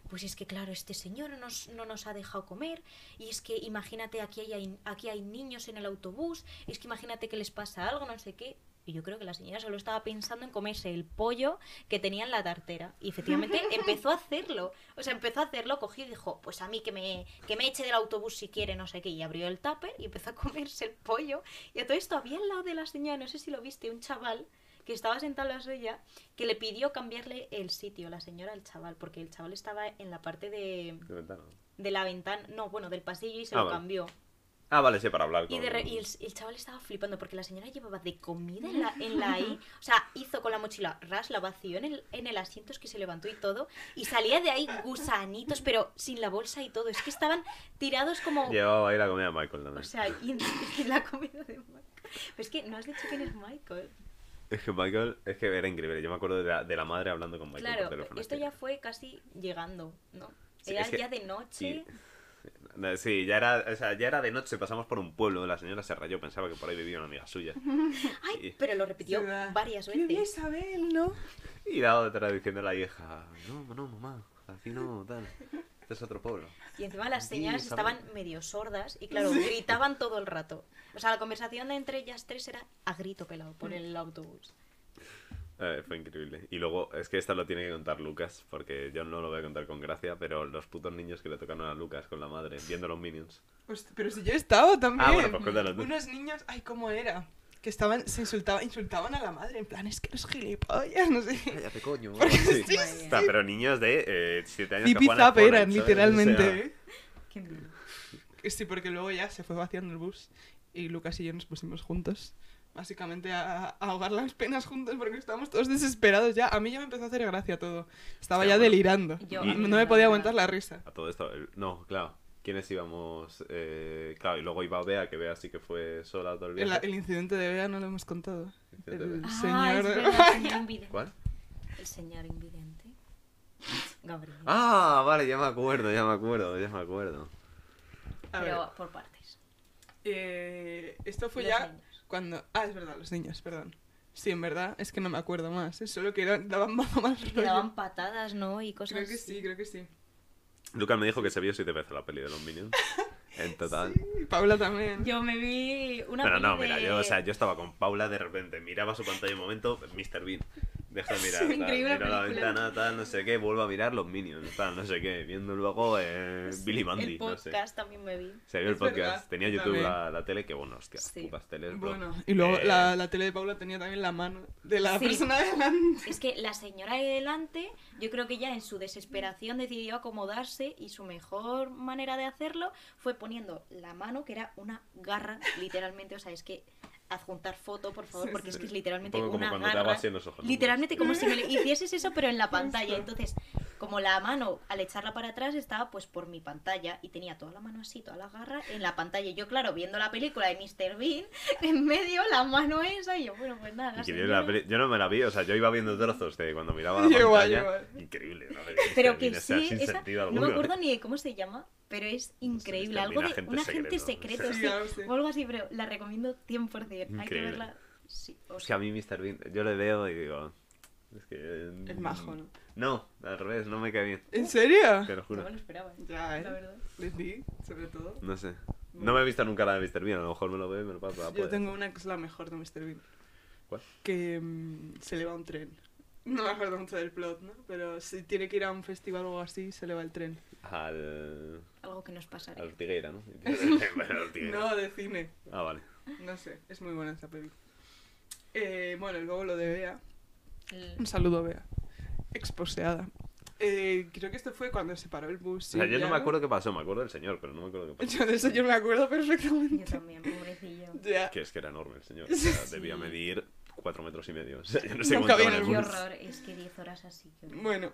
Speaker 5: Pues es que claro, este señor no nos, no nos ha dejado comer, y es que imagínate, aquí hay, aquí hay niños en el autobús, es que imagínate que les pasa algo, no sé qué. Y yo creo que la señora solo estaba pensando en comerse el pollo que tenía en la tartera. Y efectivamente empezó a hacerlo. O sea, empezó a hacerlo, cogió y dijo, pues a mí que me, que me eche del autobús si quiere, no sé qué. Y abrió el tupper y empezó a comerse el pollo. Y a todo esto había al lado de la señora, no sé si lo viste, un chaval que estaba sentado a la suya, que le pidió cambiarle el sitio, la señora al chaval, porque el chaval estaba en la parte de,
Speaker 3: De ventana.
Speaker 5: de la ventana, no, bueno, del pasillo y se
Speaker 3: Ah,
Speaker 5: lo
Speaker 3: vale.
Speaker 5: cambió.
Speaker 3: Ah, vale, sí, para hablar.
Speaker 5: Y, de
Speaker 3: con-
Speaker 5: re- y el, el chaval estaba flipando porque la señora llevaba de comida en la, en la I. O sea, hizo con la mochila ras, la vació en el, en el asiento, es que se levantó y todo. Y salía de ahí gusanitos, pero sin la bolsa y todo. Es que estaban tirados como.
Speaker 3: Llevaba ahí la comida de Michael también.
Speaker 5: O sea, y en, en la comida de Michael. Pero es que no has dicho quién es Michael.
Speaker 3: Es que Michael, es que era increíble. Yo me acuerdo de la, de la madre hablando con Michael por
Speaker 5: claro,
Speaker 3: teléfono.
Speaker 5: esto
Speaker 3: Es que-
Speaker 5: ya fue casi llegando, ¿no?
Speaker 3: Sí,
Speaker 5: Era
Speaker 3: es que-
Speaker 5: ya de noche.
Speaker 3: y-
Speaker 5: ¿eh?
Speaker 3: No, Sí, ya era, o sea, ya era de noche, pasamos por un pueblo, la señora se rayó, pensaba que por ahí vivía una amiga suya.
Speaker 5: Ay,
Speaker 3: y-
Speaker 5: pero lo repitió
Speaker 4: ¿Verdad?
Speaker 5: varias
Speaker 4: Creo que
Speaker 5: veces.
Speaker 4: Isabel, ¿no?
Speaker 3: Y la otra diciendo a la vieja, no, no, mamá, aquí no, tal, este es otro pueblo.
Speaker 5: Y encima las
Speaker 3: Sí,
Speaker 5: señoras
Speaker 3: Isabel.
Speaker 5: estaban medio sordas y claro, gritaban todo el rato. O sea, la conversación entre ellas tres era a grito pelado por el autobús.
Speaker 3: Eh, fue increíble. Y luego, es que esta lo tiene que contar Lucas, porque yo no lo voy a contar con gracia, pero los putos niños que le tocaron a Lucas con la madre, viendo los Minions.
Speaker 4: Host- Pues, pero si yo he estado también.
Speaker 3: Ah, bueno, pues cuéntalo tú.
Speaker 4: Unos niños, ay, ¿cómo era? Que estaban, se insultaban, insultaban a la madre, en plan, es que eres gilipollas, no sé.
Speaker 1: Cállate, coño.
Speaker 4: Porque
Speaker 3: sí.
Speaker 4: sí,
Speaker 5: Madre
Speaker 4: sí.
Speaker 3: Está, pero niños de 7 años. que
Speaker 4: Zipi
Speaker 3: juegan al
Speaker 4: zap
Speaker 3: Fortnite,
Speaker 4: eran,
Speaker 3: ¿sabes?
Speaker 4: literalmente.
Speaker 3: O sea,
Speaker 4: ¿eh?
Speaker 5: Qué miedo.
Speaker 4: Que Sí, porque luego ya se fue vaciando el bus y Lucas y yo nos pusimos juntos. Básicamente a, a ahogar las penas juntos porque estábamos todos desesperados ya. A mí ya me empezó a hacer gracia todo. Estaba
Speaker 3: Hostia,
Speaker 4: ya
Speaker 3: bueno.
Speaker 4: delirando.
Speaker 5: Yo, Ah.
Speaker 3: a mí
Speaker 4: no
Speaker 5: me
Speaker 4: me
Speaker 5: da
Speaker 4: podía
Speaker 5: pena.
Speaker 4: aguantar la risa.
Speaker 3: A todo esto, el- no, claro. ¿Quiénes íbamos? Eh, claro, y luego iba Bea, que Bea sí que fue sola todo el
Speaker 4: El,
Speaker 3: viaje.
Speaker 4: el incidente de Bea no lo hemos contado.
Speaker 3: Incidente de
Speaker 4: El
Speaker 3: Bea.
Speaker 5: Ah, es
Speaker 4: señor...
Speaker 5: verdad, el señor invidente.
Speaker 3: ¿Cuál?
Speaker 5: El señor invidente. Gabriel.
Speaker 3: Ah, vale, ya me acuerdo, ya me acuerdo, ya me acuerdo.
Speaker 4: A ver,
Speaker 5: Pero por partes.
Speaker 4: eh, esto fue
Speaker 5: Los
Speaker 4: ya
Speaker 5: niños.
Speaker 4: cuando... Ah, es verdad, los niños, perdón. Sí, en verdad, es que no me acuerdo más. Es solo que eran- daban más mal
Speaker 5: Que daban
Speaker 4: rollo.
Speaker 5: patadas, ¿no? Y cosas
Speaker 4: Creo que
Speaker 5: así.
Speaker 4: sí, creo que sí.
Speaker 3: Lucas me dijo que se vio siete veces la peli de los Minions. En total.
Speaker 4: Y Paula también.
Speaker 5: Yo me vi una
Speaker 3: Pero
Speaker 5: peli
Speaker 3: no, mira,
Speaker 5: de-
Speaker 3: yo, o sea, yo estaba con Paula de repente, miraba su pantalla un momento, Mr. Bean. Deja de mirar, tal,
Speaker 5: increíble
Speaker 3: miro la
Speaker 5: película.
Speaker 3: ventana, tal, no sé qué, vuelvo a mirar los Minions, tal, no sé qué, viendo luego eh,
Speaker 5: Sí,
Speaker 3: Billy Mandy,
Speaker 5: El
Speaker 3: no sé.
Speaker 5: podcast también me vi.
Speaker 3: Se vio el
Speaker 4: Es verdad,
Speaker 3: podcast, tenía
Speaker 4: yo
Speaker 3: YouTube la,
Speaker 4: también.
Speaker 3: la tele, que bueno, hostia,
Speaker 5: Sí.
Speaker 3: putas teles, bro.
Speaker 4: Bueno, y luego
Speaker 3: Eh,
Speaker 4: la, la tele de Paula tenía también la mano de la
Speaker 5: Sí.
Speaker 4: persona de delante.
Speaker 5: Es que la señora de delante, yo creo que ya en su desesperación decidió acomodarse y su mejor manera de hacerlo fue poniendo la mano, que era una garra, literalmente. O sea, es que adjuntar foto, por favor,
Speaker 4: Sí,
Speaker 5: porque
Speaker 4: sí.
Speaker 5: es que es literalmente
Speaker 3: Un poco como
Speaker 5: una
Speaker 3: cuando te
Speaker 5: garra.
Speaker 3: hago así en los ojos, ¿no?
Speaker 5: Literalmente como si me le hicieses eso, pero en la pantalla.
Speaker 4: Justo.
Speaker 5: Entonces, como la mano, al echarla para atrás, estaba pues por mi pantalla y tenía toda la mano así, toda la garra en la pantalla. Y yo, claro, viendo la película de Mr. Bean, en medio la mano esa, y yo, bueno, pues nada.
Speaker 3: Increíble la
Speaker 5: señora.
Speaker 3: peli- Yo no me la vi, o sea, yo iba viendo trozos de cuando miraba la
Speaker 4: Yo igual,
Speaker 3: pantalla.
Speaker 4: yo igual.
Speaker 3: Increíble, la peli de
Speaker 5: Pero
Speaker 3: Mr.
Speaker 5: que
Speaker 3: Bean, o sea,
Speaker 5: sí,
Speaker 3: sin
Speaker 5: esa-
Speaker 3: sentido
Speaker 5: no
Speaker 3: alguno.
Speaker 5: me acuerdo ni de cómo se llama, pero es increíble.
Speaker 3: está
Speaker 5: Algo
Speaker 3: bien,
Speaker 5: de
Speaker 3: Agente
Speaker 5: un agente
Speaker 3: secreto,
Speaker 4: sí.
Speaker 5: secreto, sí,
Speaker 4: Sí, algo así.
Speaker 5: o algo así, pero la recomiendo 100%. Hay que
Speaker 3: Increíble.
Speaker 5: verla. Sí, o
Speaker 3: Es que a
Speaker 5: sea,
Speaker 3: mí Mr. Bean, yo le veo y digo... Es que... eh,
Speaker 4: Es majo,
Speaker 5: Uh.
Speaker 4: ¿no?
Speaker 3: No, al revés, no me cae bien.
Speaker 4: ¿En serio?
Speaker 3: Te lo
Speaker 5: no
Speaker 3: juro.
Speaker 5: me lo esperaba, ¿eh?
Speaker 4: Ya,
Speaker 5: la
Speaker 4: ¿eh?
Speaker 5: verdad.
Speaker 4: Les di, sobre todo.
Speaker 3: No sé. No me he visto nunca la de Mr. Bean, a lo mejor me lo veo y me lo paso. ah,
Speaker 4: Yo
Speaker 3: pues.
Speaker 4: tengo una que es la mejor de Mr. Bean.
Speaker 3: ¿Cuál?
Speaker 4: Que mm, se le va un tren. No me acuerdo mucho del plot, ¿no? Pero si tiene que ir a un festival o algo así, se le va el tren.
Speaker 3: Al...
Speaker 5: Algo que nos pasaría.
Speaker 3: Al Ortigueira, ¿no? Bueno, al Ortigueira.
Speaker 4: No, de cine.
Speaker 3: Ah, vale.
Speaker 4: No sé, es muy buena esa peli. Eh, bueno, y luego lo de Bea.
Speaker 5: El-
Speaker 4: Un saludo, Bea. Exposeada. Eh, creo que esto fue cuando se paró el bus.
Speaker 3: o sea,
Speaker 4: y
Speaker 3: yo
Speaker 4: ya,
Speaker 3: no me acuerdo qué pasó, me acuerdo del señor, pero no me acuerdo qué pasó.
Speaker 4: Yo de eso yo me acuerdo
Speaker 5: Yo
Speaker 4: perfectamente.
Speaker 5: también, pobrecillo.
Speaker 4: Ya.
Speaker 3: Que es que era enorme el señor. O sea, debía medir cuatro metros y medio. O sea, yo no sé
Speaker 4: No
Speaker 3: cuánto
Speaker 4: cabía
Speaker 3: era
Speaker 4: en
Speaker 3: el
Speaker 4: el
Speaker 5: Qué
Speaker 3: bus.
Speaker 5: horror, es que 10 horas así. qué horror.
Speaker 4: Bueno,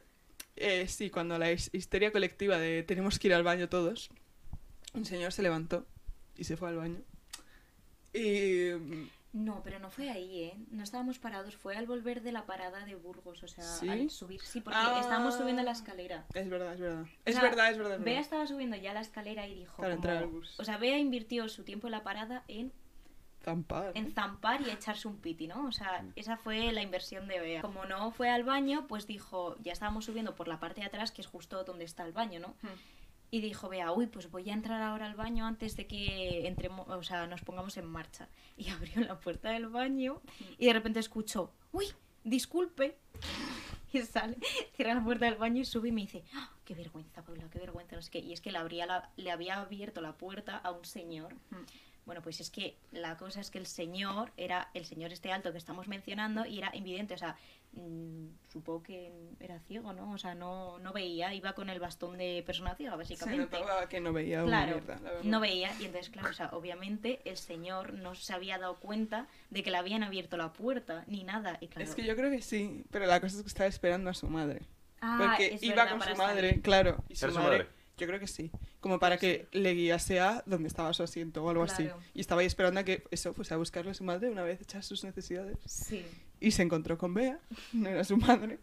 Speaker 4: eh, sí, cuando la his- histeria colectiva de tenemos que ir al baño todos, un señor se levantó y se fue al baño. Y. mm,
Speaker 5: No, pero no fue ahí, ¿eh? No estábamos parados, fue al volver de la parada de Burgos, o sea,
Speaker 4: ¿Sí?
Speaker 5: al subir. Sí, porque
Speaker 4: Ah.
Speaker 5: estábamos subiendo la escalera.
Speaker 4: Es verdad, es verdad. Es
Speaker 5: sea,
Speaker 4: verdad, es verdad. es
Speaker 5: Bea
Speaker 4: verdad.
Speaker 5: estaba subiendo ya la escalera y dijo.
Speaker 4: Para
Speaker 5: como-
Speaker 4: entrar al bus.
Speaker 5: O sea, Bea invirtió su tiempo en la parada en,
Speaker 4: Zampar.
Speaker 5: en zampar y echarse un piti, ¿no? O sea, esa fue la inversión de Bea. Como no fue al baño, pues dijo, ya estábamos subiendo por la parte de atrás, que es justo donde está el baño, ¿no? Y dijo, Bea, uy, pues voy a entrar ahora al baño antes de que entremos, o sea, nos pongamos en marcha. Y abrió la puerta del baño y de repente escuchó, uy, disculpe. Y sale, cierra la puerta del baño y sube y me dice, "Ah, qué vergüenza, Paula, qué vergüenza, no sé qué. Y es que le, abría la- le había abierto la puerta a un señor.
Speaker 4: Mm.
Speaker 5: Bueno, pues es que la cosa es que el señor era el señor este alto que estamos mencionando y era invidente, o sea, mm, supongo que era ciego, ¿no? O sea, no, no veía, iba con el bastón de persona ciega,
Speaker 4: Se
Speaker 5: básicamente.
Speaker 4: notaba que no veía una
Speaker 5: Claro,
Speaker 4: mierda. la verdad.
Speaker 5: no veía. Y entonces, claro, o sea, obviamente el señor no se había dado cuenta de que le habían abierto la puerta ni nada. Y claro,
Speaker 4: Es que yo creo que sí, pero la cosa es que estaba esperando a su madre.
Speaker 5: Ah,
Speaker 4: porque
Speaker 5: es
Speaker 4: iba
Speaker 5: verdad,
Speaker 4: con su
Speaker 5: para
Speaker 4: madre,
Speaker 5: salir.
Speaker 4: claro. Y su
Speaker 3: ¿Era
Speaker 4: madre,
Speaker 3: su madre?
Speaker 4: Yo creo que sí. Como para que le guiase a donde estaba su asiento o algo
Speaker 5: Claro.
Speaker 4: así. Y estaba ahí esperando a que eso fuese a buscarle a su madre una vez hechas sus necesidades.
Speaker 5: Sí.
Speaker 4: Y se encontró con Bea, no era su madre.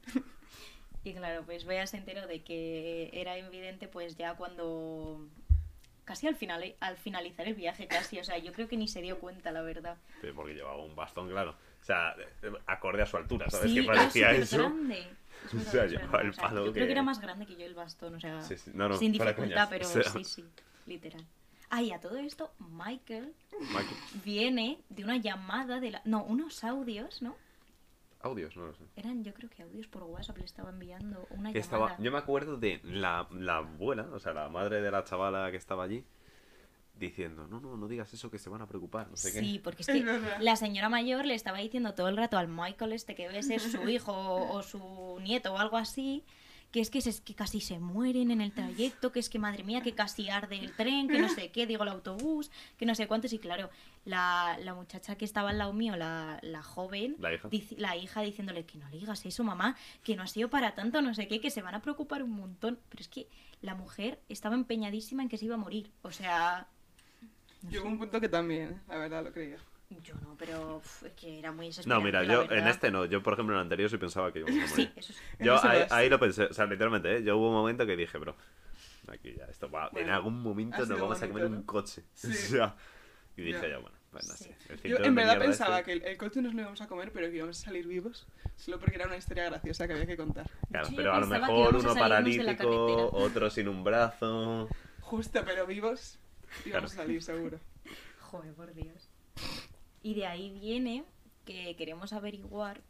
Speaker 5: Y claro, pues Bea se enteró de que era invidente, pues ya cuando. Casi al final, al finalizar el viaje, casi. O sea, yo creo que ni se dio cuenta, la verdad.
Speaker 3: Pero Porque llevaba un bastón, claro. O sea, acorde a su altura, ¿sabes?
Speaker 5: sí, ah,
Speaker 3: que parecía
Speaker 5: era
Speaker 3: eso.
Speaker 5: supergrande. Es
Speaker 3: O
Speaker 5: verdad,
Speaker 3: sea,
Speaker 5: es
Speaker 3: llevaba
Speaker 5: verdad.
Speaker 3: el
Speaker 5: O sea,
Speaker 3: palo
Speaker 5: yo creo
Speaker 3: que-
Speaker 5: que era más grande que yo el bastón, o sea.
Speaker 3: Sí, sí. No, no,
Speaker 5: sin
Speaker 3: fuera
Speaker 5: dificultad,
Speaker 3: coñas.
Speaker 5: pero
Speaker 3: O sea.
Speaker 5: sí, sí, literal. Ah, y a todo esto, Michael
Speaker 3: Mike-
Speaker 5: viene de una llamada de la... No, unos audios, ¿no?
Speaker 3: Audios, no lo sé.
Speaker 5: Eran, yo creo que audios por WhatsApp le estaba enviando o una
Speaker 3: Que
Speaker 5: llamada.
Speaker 3: estaba, yo me acuerdo de la, la abuela, o sea, la madre de la chavala que estaba allí, diciendo, no, no, no digas eso que se van a preocupar, no sé qué.
Speaker 5: Sí, porque es
Speaker 4: Es
Speaker 5: que
Speaker 4: verdad.
Speaker 5: la señora mayor le estaba diciendo todo el rato al Michael este que debe ser su hijo o, o su nieto o algo así, que es que, es, es que casi se mueren en el trayecto, que es que madre mía, que casi arde el tren, que no sé qué, digo el autobús, que no sé cuántos. Y claro, la, la muchacha que estaba al lado mío, la, la joven,
Speaker 3: La hija.
Speaker 5: dici- la hija diciéndole que no le digas eso, mamá, que no ha sido para tanto, no sé qué, que se van a preocupar un montón. Pero es que la mujer estaba empeñadísima en que se iba a morir. O sea... no
Speaker 4: Llegó
Speaker 5: sé.
Speaker 4: un punto que también, la verdad, lo creía.
Speaker 5: Yo no, pero uf, es que era muy
Speaker 3: No,
Speaker 5: desesperante.
Speaker 3: mira,
Speaker 5: pues la
Speaker 3: yo
Speaker 5: verdad.
Speaker 3: en este no, yo por ejemplo en el anterior sí pensaba que íbamos a morir.
Speaker 5: Sí, eso sí.
Speaker 3: Yo
Speaker 4: Eso
Speaker 3: ahí,
Speaker 4: es.
Speaker 3: ahí lo pensé, o sea, literalmente, ¿eh? yo hubo un momento que dije, bro, aquí ya, esto va, en
Speaker 4: Bueno,
Speaker 3: algún
Speaker 4: ha
Speaker 3: momento nos
Speaker 4: sido
Speaker 3: vamos a
Speaker 4: bonito,
Speaker 3: comer un
Speaker 4: ¿no?
Speaker 3: coche.
Speaker 4: Sí.
Speaker 3: O sea, y dije
Speaker 4: Ya.
Speaker 3: yo, bueno, bueno,
Speaker 5: Sí.
Speaker 3: sí. el
Speaker 4: Yo
Speaker 3: cinturón de
Speaker 4: en verdad
Speaker 3: mierda
Speaker 4: pensaba
Speaker 3: este.
Speaker 4: que el, el coche nos lo íbamos a comer, pero que íbamos a salir vivos, solo porque era una historia graciosa que había que contar.
Speaker 3: Claro,
Speaker 5: Yo ya
Speaker 3: pero a lo
Speaker 5: pensaba que
Speaker 3: mejor
Speaker 5: íbamos a
Speaker 3: uno
Speaker 5: salirnos de la
Speaker 3: paralítico,
Speaker 5: carretera.
Speaker 3: otro sin un brazo.
Speaker 4: Justo, pero vivos íbamos a salir seguro.
Speaker 5: Joder, por Dios. Y de ahí viene que queremos averiguar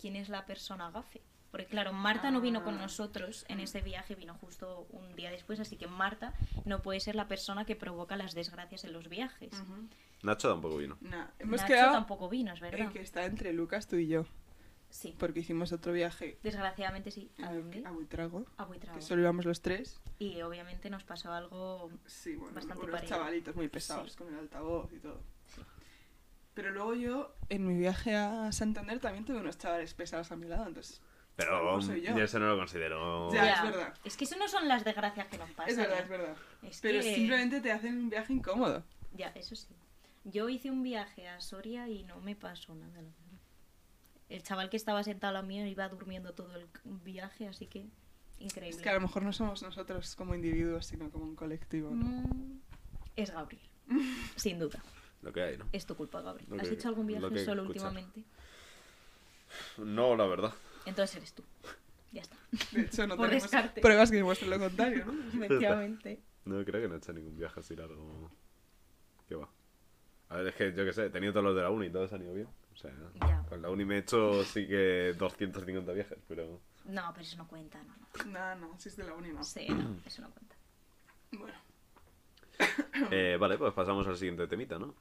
Speaker 5: quién es la persona gafe. Porque claro, Marta no vino con
Speaker 4: Ah.
Speaker 5: nosotros en ese viaje, vino justo un día después, así que Marta no puede ser la persona que provoca las desgracias en los viajes.
Speaker 4: Ujú.
Speaker 3: Nacho tampoco vino.
Speaker 4: Nah, hemos
Speaker 5: Nacho
Speaker 4: quedado
Speaker 5: tampoco vino, es verdad.
Speaker 4: en que está entre Lucas, tú y yo,
Speaker 5: Sí,
Speaker 4: porque hicimos otro viaje
Speaker 5: desgraciadamente sí.
Speaker 4: ¿Ah,
Speaker 5: ¿A dónde?
Speaker 4: a Buitrago,
Speaker 5: A Buitrago.
Speaker 4: que solo íbamos los tres.
Speaker 5: Y obviamente nos pasó algo
Speaker 4: Sí, bueno,
Speaker 5: Bastante
Speaker 4: unos
Speaker 5: parejo.
Speaker 4: chavalitos muy pesados
Speaker 5: Sí.
Speaker 4: con el altavoz y todo. Pero luego yo, en mi viaje a Santander, también tuve unos chavales pesados a mi lado, entonces... a lo
Speaker 3: Pero
Speaker 4: mejor soy yo.
Speaker 3: yo eso no lo considero.
Speaker 4: Ya, es verdad.
Speaker 5: Es que eso no son las desgracias que nos pasan.
Speaker 4: Es verdad,
Speaker 5: ¿eh?
Speaker 4: es verdad.
Speaker 5: Es
Speaker 4: Pero
Speaker 5: que-
Speaker 4: simplemente te hacen un viaje incómodo.
Speaker 5: Ya, eso sí. Yo hice un viaje a Soria y no me pasó nada. la verdad. El chaval que estaba sentado a mío iba durmiendo todo el viaje, así que increíble.
Speaker 4: Es que a lo mejor no somos nosotros como individuos, sino como un colectivo. ¿no?
Speaker 5: Mm, es Gabriel, sin duda.
Speaker 3: Lo que hay, ¿no?
Speaker 5: Es tu culpa, Gabriel.
Speaker 3: Lo
Speaker 5: ¿Has
Speaker 3: que-
Speaker 5: hecho algún viaje
Speaker 3: lo que
Speaker 5: solo
Speaker 3: escuchar.
Speaker 5: últimamente?
Speaker 3: No, la verdad.
Speaker 5: Entonces eres tú. Ya está.
Speaker 4: De hecho, no
Speaker 5: Por
Speaker 4: tenemos
Speaker 5: descarte.
Speaker 4: pruebas que demuestren lo contrario, ¿no?
Speaker 5: Efectivamente.
Speaker 3: No creo que no he hecho ningún viaje así largo. ¿Qué va? A ver, es que yo qué sé, he tenido todos los de la uni y todos han ido bien. O sea,
Speaker 5: Ya.
Speaker 3: con la uni me he hecho sí que 250 viajes, pero.
Speaker 5: No, pero eso no cuenta, no, no.
Speaker 4: No, no, si es de la uni, no.
Speaker 5: Sí, no, eso no cuenta.
Speaker 4: Bueno,
Speaker 3: Eh, vale, pues pasamos al siguiente temita, ¿no?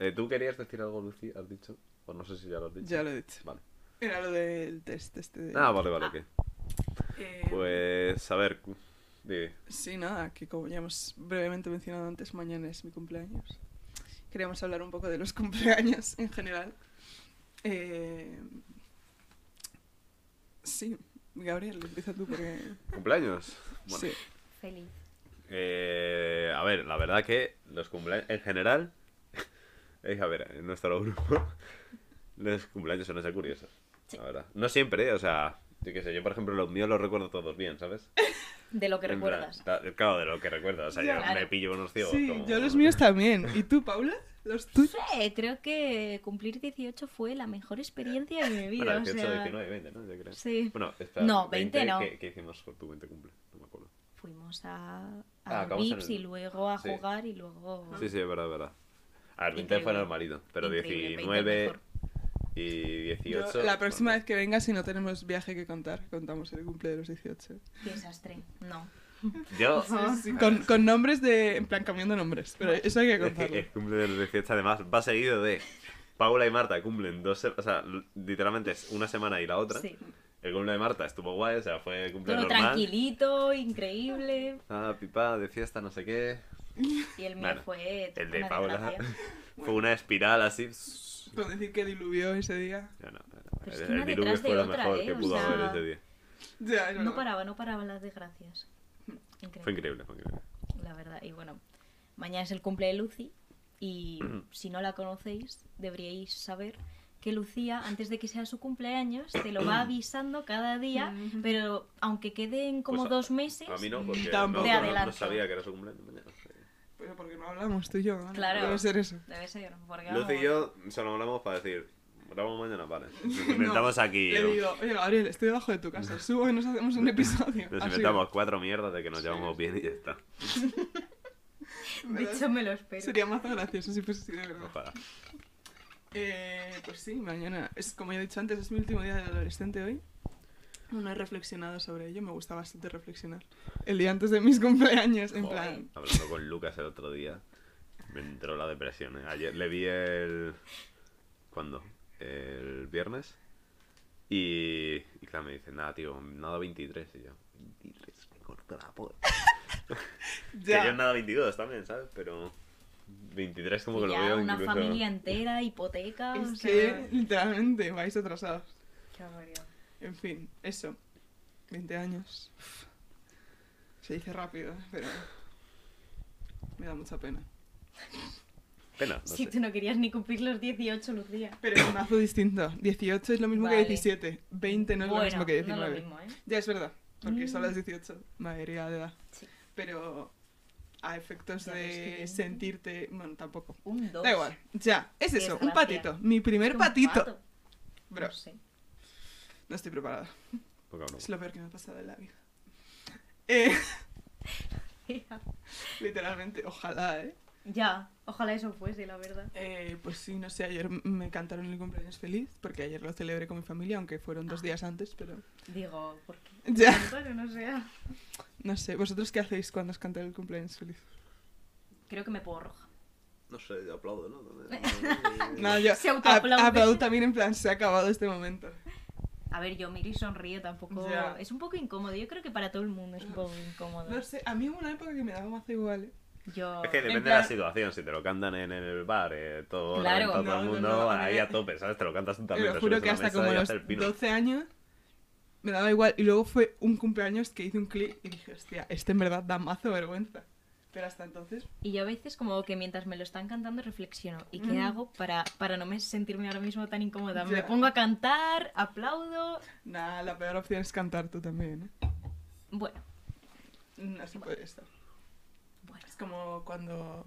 Speaker 3: Eh, ¿Tú querías decir algo, Lucy? ¿Has dicho? O no sé si ya lo has dicho.
Speaker 4: ya lo he dicho.
Speaker 3: Vale.
Speaker 4: Era lo del test este de...
Speaker 3: Ah, vale, vale,
Speaker 5: Ah.
Speaker 3: ok.
Speaker 4: Eh,
Speaker 3: Pues, a ver. cu- di-
Speaker 4: Sí, nada, que como ya hemos brevemente mencionado antes, mañana es mi cumpleaños. Queríamos hablar un poco de los cumpleaños en general. Eh, Sí, Gabriel, empieza tú porque...
Speaker 3: ¿Cumpleaños? Bueno,
Speaker 4: Sí,
Speaker 5: Feliz.
Speaker 3: Eh, a ver, la verdad que los cumpleaños en general, eh, a ver, en nuestro grupo, los cumpleaños suelen ser curiosos.
Speaker 5: Sí.
Speaker 3: La verdad. No siempre, eh, o sea, yo qué sé, yo por ejemplo los míos los recuerdo todos bien, ¿sabes?
Speaker 5: De lo que
Speaker 3: En plan,
Speaker 5: recuerdas.
Speaker 3: ta- claro, de lo que recuerdo, o sea,
Speaker 4: Ya.
Speaker 3: yo
Speaker 5: Claro.
Speaker 3: me pillo unos ciegos.
Speaker 4: sí
Speaker 3: como-
Speaker 4: yo los míos también. ¿Y tú, Paula? ¿Los tuyos?
Speaker 5: sé, creo que cumplir 18 fue la mejor experiencia de mi vida.
Speaker 3: Bueno,
Speaker 5: o
Speaker 3: 18,
Speaker 5: sea,
Speaker 3: 19, 20, ¿no? Yo creo.
Speaker 5: Sí.
Speaker 3: Bueno, esta-
Speaker 5: No, 20 no.
Speaker 3: ¿qué, qué hicimos por tu 20 cumple? No me acuerdo.
Speaker 5: Fuimos a,
Speaker 3: Ah,
Speaker 5: a
Speaker 3: acabamos en
Speaker 5: Vips
Speaker 3: el-
Speaker 5: y luego a
Speaker 3: sí.
Speaker 5: jugar y luego...
Speaker 3: Sí, sí, es verdad, es verdad. A ver, 20 fue
Speaker 5: Ah. Increíble.
Speaker 3: normalito, pero
Speaker 5: Increíble,
Speaker 3: 19
Speaker 5: mejor.
Speaker 3: y
Speaker 4: Yo,
Speaker 3: 18.
Speaker 4: la próxima
Speaker 3: bueno.
Speaker 4: vez que vengas, si no tenemos viaje que contar, contamos el cumple de los 18.
Speaker 5: Qué desastre. No.
Speaker 3: Yo,
Speaker 4: Sí, con, con nombres de... en plan, cambiando nombres, pero eso hay
Speaker 3: Ah,
Speaker 4: que
Speaker 3: Es que
Speaker 4: contarlo.
Speaker 3: el cumple de los 18 además va seguido de Paula y Marta cumplen dos semanas, o sea, l- literalmente es una semana y la otra.
Speaker 5: Sí.
Speaker 3: El cumple de Marta estuvo guay, o sea, fue cumple
Speaker 5: Todo
Speaker 3: normal.
Speaker 5: tranquilito, increíble.
Speaker 3: Ah, pipa, de fiesta, no sé qué.
Speaker 5: Y el mío
Speaker 3: Bueno,
Speaker 5: fue...
Speaker 3: El de
Speaker 5: una
Speaker 3: Paula
Speaker 5: desgracia.
Speaker 3: fue una espiral así.
Speaker 4: Con decir que diluvió ese día.
Speaker 3: No, no, no,
Speaker 5: Pero es
Speaker 3: el,
Speaker 5: que una
Speaker 3: el diluvio
Speaker 5: detrás de
Speaker 3: fue lo
Speaker 5: otra,
Speaker 3: mejor
Speaker 5: ¿eh?
Speaker 3: que
Speaker 5: O
Speaker 3: pudo
Speaker 5: sea,
Speaker 3: haber ese día.
Speaker 4: Ya, es
Speaker 5: No
Speaker 4: verdad.
Speaker 5: paraba, no paraban las desgracias. Increíble.
Speaker 3: Fue increíble, fue increíble.
Speaker 5: La verdad. Y bueno, mañana es el cumple de Lucy y si no la conocéis, deberíais saber que Lucía, antes de que sea su cumpleaños, te lo va avisando cada día, pero aunque queden como
Speaker 3: Pues a-
Speaker 5: dos meses,
Speaker 3: A mí no, porque no,
Speaker 4: Tampoco.
Speaker 5: Te
Speaker 3: no- no
Speaker 5: adelanto.
Speaker 3: sabía que era su cumpleaños mañana.
Speaker 4: Pero porque no hablamos tú y yo, ¿no?
Speaker 5: Claro.
Speaker 4: Debe ser eso.
Speaker 5: debe ser, porque
Speaker 3: Luz y
Speaker 5: vamos,
Speaker 3: yo solo hablamos para decir, grabamos mañana, vale. Nos inventamos aquí.
Speaker 4: Le
Speaker 3: un-
Speaker 4: digo, oye, Gabriel, estoy debajo de tu casa, subo y nos hacemos un episodio.
Speaker 3: Nos
Speaker 4: Así.
Speaker 3: inventamos cuatro mierdas de que nos llevamos bien y ya está.
Speaker 5: De hecho, me lo espero.
Speaker 4: Sería más gracioso si fuese así de verdad.
Speaker 3: Ojalá.
Speaker 4: Eh, pues sí, mañana. Es como ya he dicho antes, es mi último día de adolescente hoy. No he reflexionado sobre ello, me gusta bastante reflexionar. El día antes de mis cumpleaños, en
Speaker 3: Joder,
Speaker 4: plan.
Speaker 3: Hablando con Lucas el otro día, me entró la depresión. ¿eh? Ayer le vi el. ¿Cuándo? El viernes. Y, y claro, me dice, nada, tío, nada 23. Y yo, 23, me corto la polla. Que yo
Speaker 4: Ya.
Speaker 3: nada 22 también, ¿sabes? Pero 23 como que lo
Speaker 5: ya
Speaker 3: veo
Speaker 5: una
Speaker 3: incluso-
Speaker 5: familia entera, hipoteca, o
Speaker 4: Es
Speaker 5: sea...
Speaker 4: que literalmente vais atrasados.
Speaker 5: Qué barbaridad.
Speaker 4: En fin, eso. 20 años. Se dice rápido, pero. Me da mucha pena.
Speaker 3: Pena, no
Speaker 5: Si
Speaker 3: sé.
Speaker 5: tú no querías ni cumplir los 18, Lucía.
Speaker 4: Pero es un mazo distinto. 18 es lo mismo
Speaker 5: Vale.
Speaker 4: que 17. 20 no es
Speaker 5: Bueno,
Speaker 4: lo mismo que 19.
Speaker 5: No lo mismo, ¿eh?
Speaker 4: Ya es verdad, porque son
Speaker 5: Mm.
Speaker 4: las 18, mayoría de edad.
Speaker 5: Sí.
Speaker 4: Pero a efectos
Speaker 5: Ya, pero es que
Speaker 4: de
Speaker 5: 20.
Speaker 4: sentirte. Bueno, tampoco.
Speaker 5: Un 2.
Speaker 4: Da igual, ya, es eso, un
Speaker 5: Desgracia.
Speaker 4: patito. Mi primer patito. Bro,
Speaker 5: No sé.
Speaker 4: no estoy preparada.
Speaker 3: Poca broma.
Speaker 4: Es lo peor que me ha pasado en la vida. Eh, literalmente, ojalá, ¿eh?
Speaker 5: ya, ojalá eso fuese, la verdad.
Speaker 4: Eh, Pues sí, no sé, ayer m- me cantaron el cumpleaños feliz, porque ayer lo celebré con mi familia, aunque fueron dos
Speaker 5: Ah.
Speaker 4: días antes, pero
Speaker 5: Digo, ¿por qué?
Speaker 4: Ya.
Speaker 5: Claro, no sea.
Speaker 4: no sé. ¿Vosotros qué hacéis cuando os cantan el cumpleaños feliz?
Speaker 5: Creo que me pongo roja.
Speaker 3: No sé, yo aplaudo, ¿no?
Speaker 4: No, yo
Speaker 5: Se
Speaker 4: ap-
Speaker 5: autoaplaude.
Speaker 4: aplaudo también en plan, se ha acabado este momento.
Speaker 5: A ver, yo miro y sonrío tampoco.
Speaker 4: Ya.
Speaker 5: Es un poco incómodo. Yo creo que para todo el mundo es un poco incómodo.
Speaker 4: No sé, a mí hubo una época que me daba más igual, ¿eh?
Speaker 5: Yo.
Speaker 3: Es que depende
Speaker 4: En
Speaker 3: de la
Speaker 4: plan-
Speaker 3: situación, si te lo cantan en el bar, eh, todo,
Speaker 5: Claro.
Speaker 3: reventado todo el
Speaker 4: No, no,
Speaker 3: mundo,
Speaker 4: no, a
Speaker 3: ahí
Speaker 4: ver.
Speaker 3: a tope, ¿sabes? Te lo cantas tú
Speaker 4: Te
Speaker 3: también.
Speaker 4: lo juro
Speaker 3: subes
Speaker 4: que
Speaker 3: a la
Speaker 4: hasta
Speaker 3: mesa
Speaker 4: como
Speaker 3: y
Speaker 4: los
Speaker 3: haces el pino.
Speaker 4: 12 años me daba igual. Y luego fue un cumpleaños que hice un clic y dije, hostia, este en verdad da mazo vergüenza. Pero hasta entonces,
Speaker 5: Y yo a veces como que mientras me lo están cantando reflexiono. ¿Y qué
Speaker 4: Mm.
Speaker 5: hago para, para no me sentirme ahora mismo tan incómoda? Me
Speaker 4: Ya.
Speaker 5: pongo a cantar, aplaudo.
Speaker 4: nada, la peor opción es cantar tú también, ¿eh?
Speaker 5: Bueno,
Speaker 4: No se puede estar.
Speaker 5: bueno.
Speaker 4: Es como cuando...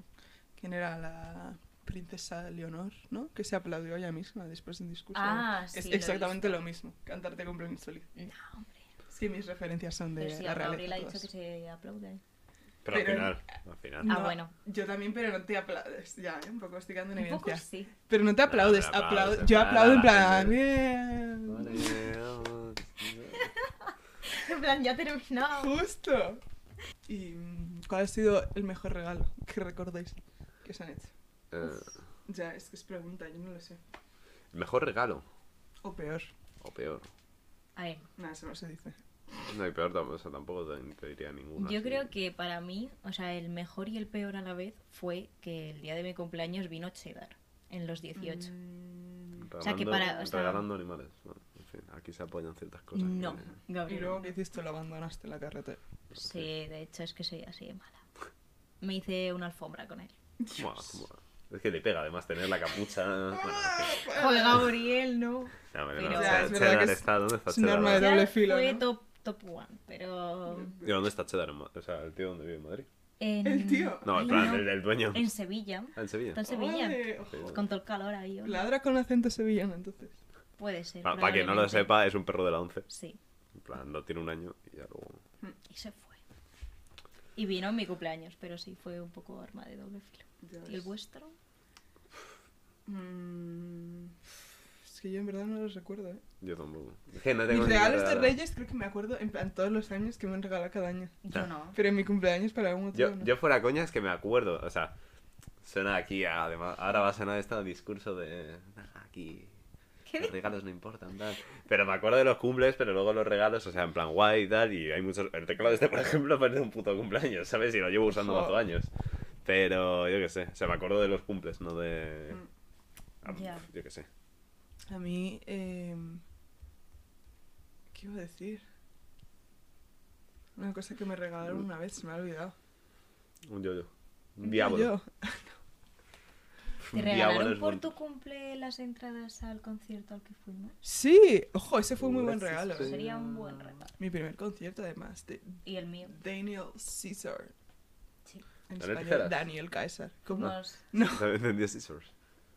Speaker 4: ¿Quién era la princesa Leonor, no? Que se aplaudió ella misma después de un discurso.
Speaker 5: Ah, sí,
Speaker 4: es
Speaker 5: lo he
Speaker 4: exactamente lo mismo, cantarte cumpleaños feliz.
Speaker 5: No, hombre.
Speaker 4: Es que mis referencias son de
Speaker 5: Pero si
Speaker 4: la
Speaker 5: a Gabriel
Speaker 4: realeza.
Speaker 5: ha dicho
Speaker 4: todas.
Speaker 5: que se aplaude.
Speaker 3: Pero al
Speaker 4: Pero-
Speaker 3: final, al final.
Speaker 5: Ah, bueno.
Speaker 4: Yo también, pero no te aplaudes. Ya, ¿eh? un poco estoy quedando en
Speaker 5: Un poco
Speaker 4: evidencia.
Speaker 5: sí.
Speaker 4: Pero no te
Speaker 3: No, pero
Speaker 4: aplaudes.
Speaker 3: aplaudes,
Speaker 4: aplaudo-
Speaker 3: en
Speaker 4: yo
Speaker 3: plan,
Speaker 4: aplaudo en
Speaker 3: a la
Speaker 4: plan. Bien.
Speaker 5: En plan, ya he terminado.
Speaker 4: Justo. ¿Y mm, cuál ha sido el mejor regalo que recordéis que os han hecho?
Speaker 3: Eh,
Speaker 4: Ya, es que es pregunta, yo no lo sé.
Speaker 3: mejor regalo
Speaker 4: O peor.
Speaker 3: o peor.
Speaker 5: A ver,
Speaker 4: Nada, eso no se dice.
Speaker 3: No hay peor, tam- o sea, tampoco te, te diría ninguno.
Speaker 5: Yo
Speaker 3: así.
Speaker 5: creo que para mí, o sea, el mejor y el peor a la vez fue que el día de mi cumpleaños vino cheddar en los 18.
Speaker 4: Mm.
Speaker 3: Regalando,
Speaker 5: o sea, que para- o sea-
Speaker 3: regalando animales. Bueno, en fin, aquí se apoyan ciertas cosas.
Speaker 5: no,
Speaker 3: que-
Speaker 4: Y
Speaker 5: Gabriel.
Speaker 4: luego que hiciste lo abandonaste en la carretera.
Speaker 5: Sí, de hecho es que soy así de mala. Me hice una alfombra con él.
Speaker 3: Buah, buah. Es que le pega además tener la capucha. Bueno, en fin.
Speaker 5: Joder, Gabriel, no.
Speaker 3: No, pero
Speaker 5: Pero-
Speaker 3: no,
Speaker 5: Ya,
Speaker 3: Cheddar-
Speaker 5: es
Speaker 4: verdad
Speaker 3: Cheddar
Speaker 4: que es-
Speaker 3: está, ¿dónde está
Speaker 4: es un
Speaker 3: Cheddar?
Speaker 4: arma de
Speaker 3: ahora?
Speaker 4: doble
Speaker 5: Cheddar
Speaker 4: filo,
Speaker 5: Fue
Speaker 4: ¿no?
Speaker 5: top, top one, pero...
Speaker 3: ¿Y dónde está Cheddar? en Ma- O sea, el tío donde vive en Madrid.
Speaker 5: en-
Speaker 4: El tío.
Speaker 3: No,
Speaker 5: Ay,
Speaker 3: en plan,
Speaker 5: no.
Speaker 3: el, el dueño.
Speaker 5: En Sevilla.
Speaker 3: Ah, en Sevilla.
Speaker 5: Está en Sevilla.
Speaker 4: Ole, ojo.
Speaker 3: Sí.
Speaker 5: Con todo el calor ahí. ole.
Speaker 4: Ladra con acento sevillano, entonces.
Speaker 5: Puede ser.
Speaker 3: Para que no lo
Speaker 5: probablemente.
Speaker 3: sepa, es un perro de la 11.
Speaker 5: Sí.
Speaker 3: En plan, no tiene un año y ya luego.
Speaker 5: Y se fue. Y vino en mi cumpleaños, pero sí, fue un poco arma de doble filo.
Speaker 4: Ya
Speaker 5: ¿Y el
Speaker 4: ves.
Speaker 5: vuestro?
Speaker 4: Mm, Es que yo en verdad no los recuerdo, ¿eh?
Speaker 3: Yo tampoco. Es que no tengo
Speaker 4: Mis
Speaker 3: ni
Speaker 4: regalos
Speaker 5: este
Speaker 4: de
Speaker 3: regalo.
Speaker 4: Reyes creo que me acuerdo en plan todos los años que me han regalado cada año.
Speaker 5: Yo
Speaker 3: Ah.
Speaker 5: no.
Speaker 4: Pero en mi cumpleaños para algún motivo
Speaker 3: Yo,
Speaker 4: no.
Speaker 3: yo fuera coña es que me acuerdo, o sea, suena aquí, además, ahora va a sonar este discurso de, "Ah, aquí,
Speaker 5: ¿Qué
Speaker 3: los regalos no importan, tal. Pero me acuerdo de los cumples, pero luego los regalos, o sea, en plan guay y tal, y hay muchos, el teclado este, por ejemplo, parece un puto cumpleaños, ¿sabes? Y lo llevo usando
Speaker 4: Ojo.
Speaker 3: cuatro años. Pero, yo qué sé, o sea, me acuerdo de los cumples, no de... Ah,
Speaker 5: Mm. Ya.
Speaker 3: Yo qué sé.
Speaker 4: A mí, eh, ¿qué iba a decir? Una cosa que me
Speaker 3: Mm.
Speaker 4: regalaron una vez, se me ha olvidado.
Speaker 3: Un yo-yo. Un
Speaker 4: Un
Speaker 3: diablo.
Speaker 4: yo-yo.
Speaker 5: ¿Te
Speaker 3: Un diablo
Speaker 5: regalaron
Speaker 3: es
Speaker 5: por
Speaker 3: bueno.
Speaker 5: tu cumple las entradas al concierto al que fuimos?
Speaker 4: Sí, ojo, ese fue un muy buen
Speaker 3: Gracias,
Speaker 4: regalo.
Speaker 3: sí.
Speaker 4: ¿eh?
Speaker 5: Sería un buen regalo.
Speaker 4: Mi primer concierto, además, de
Speaker 5: Y el mío.
Speaker 4: Daniel Caesar.
Speaker 5: Sí.
Speaker 4: En
Speaker 3: ¿Daniel
Speaker 4: español,
Speaker 3: Caesar?
Speaker 4: Daniel Caesar. ¿Cómo?
Speaker 5: Fuimos-
Speaker 4: No.
Speaker 3: ¿Sabes? Entendí scissors.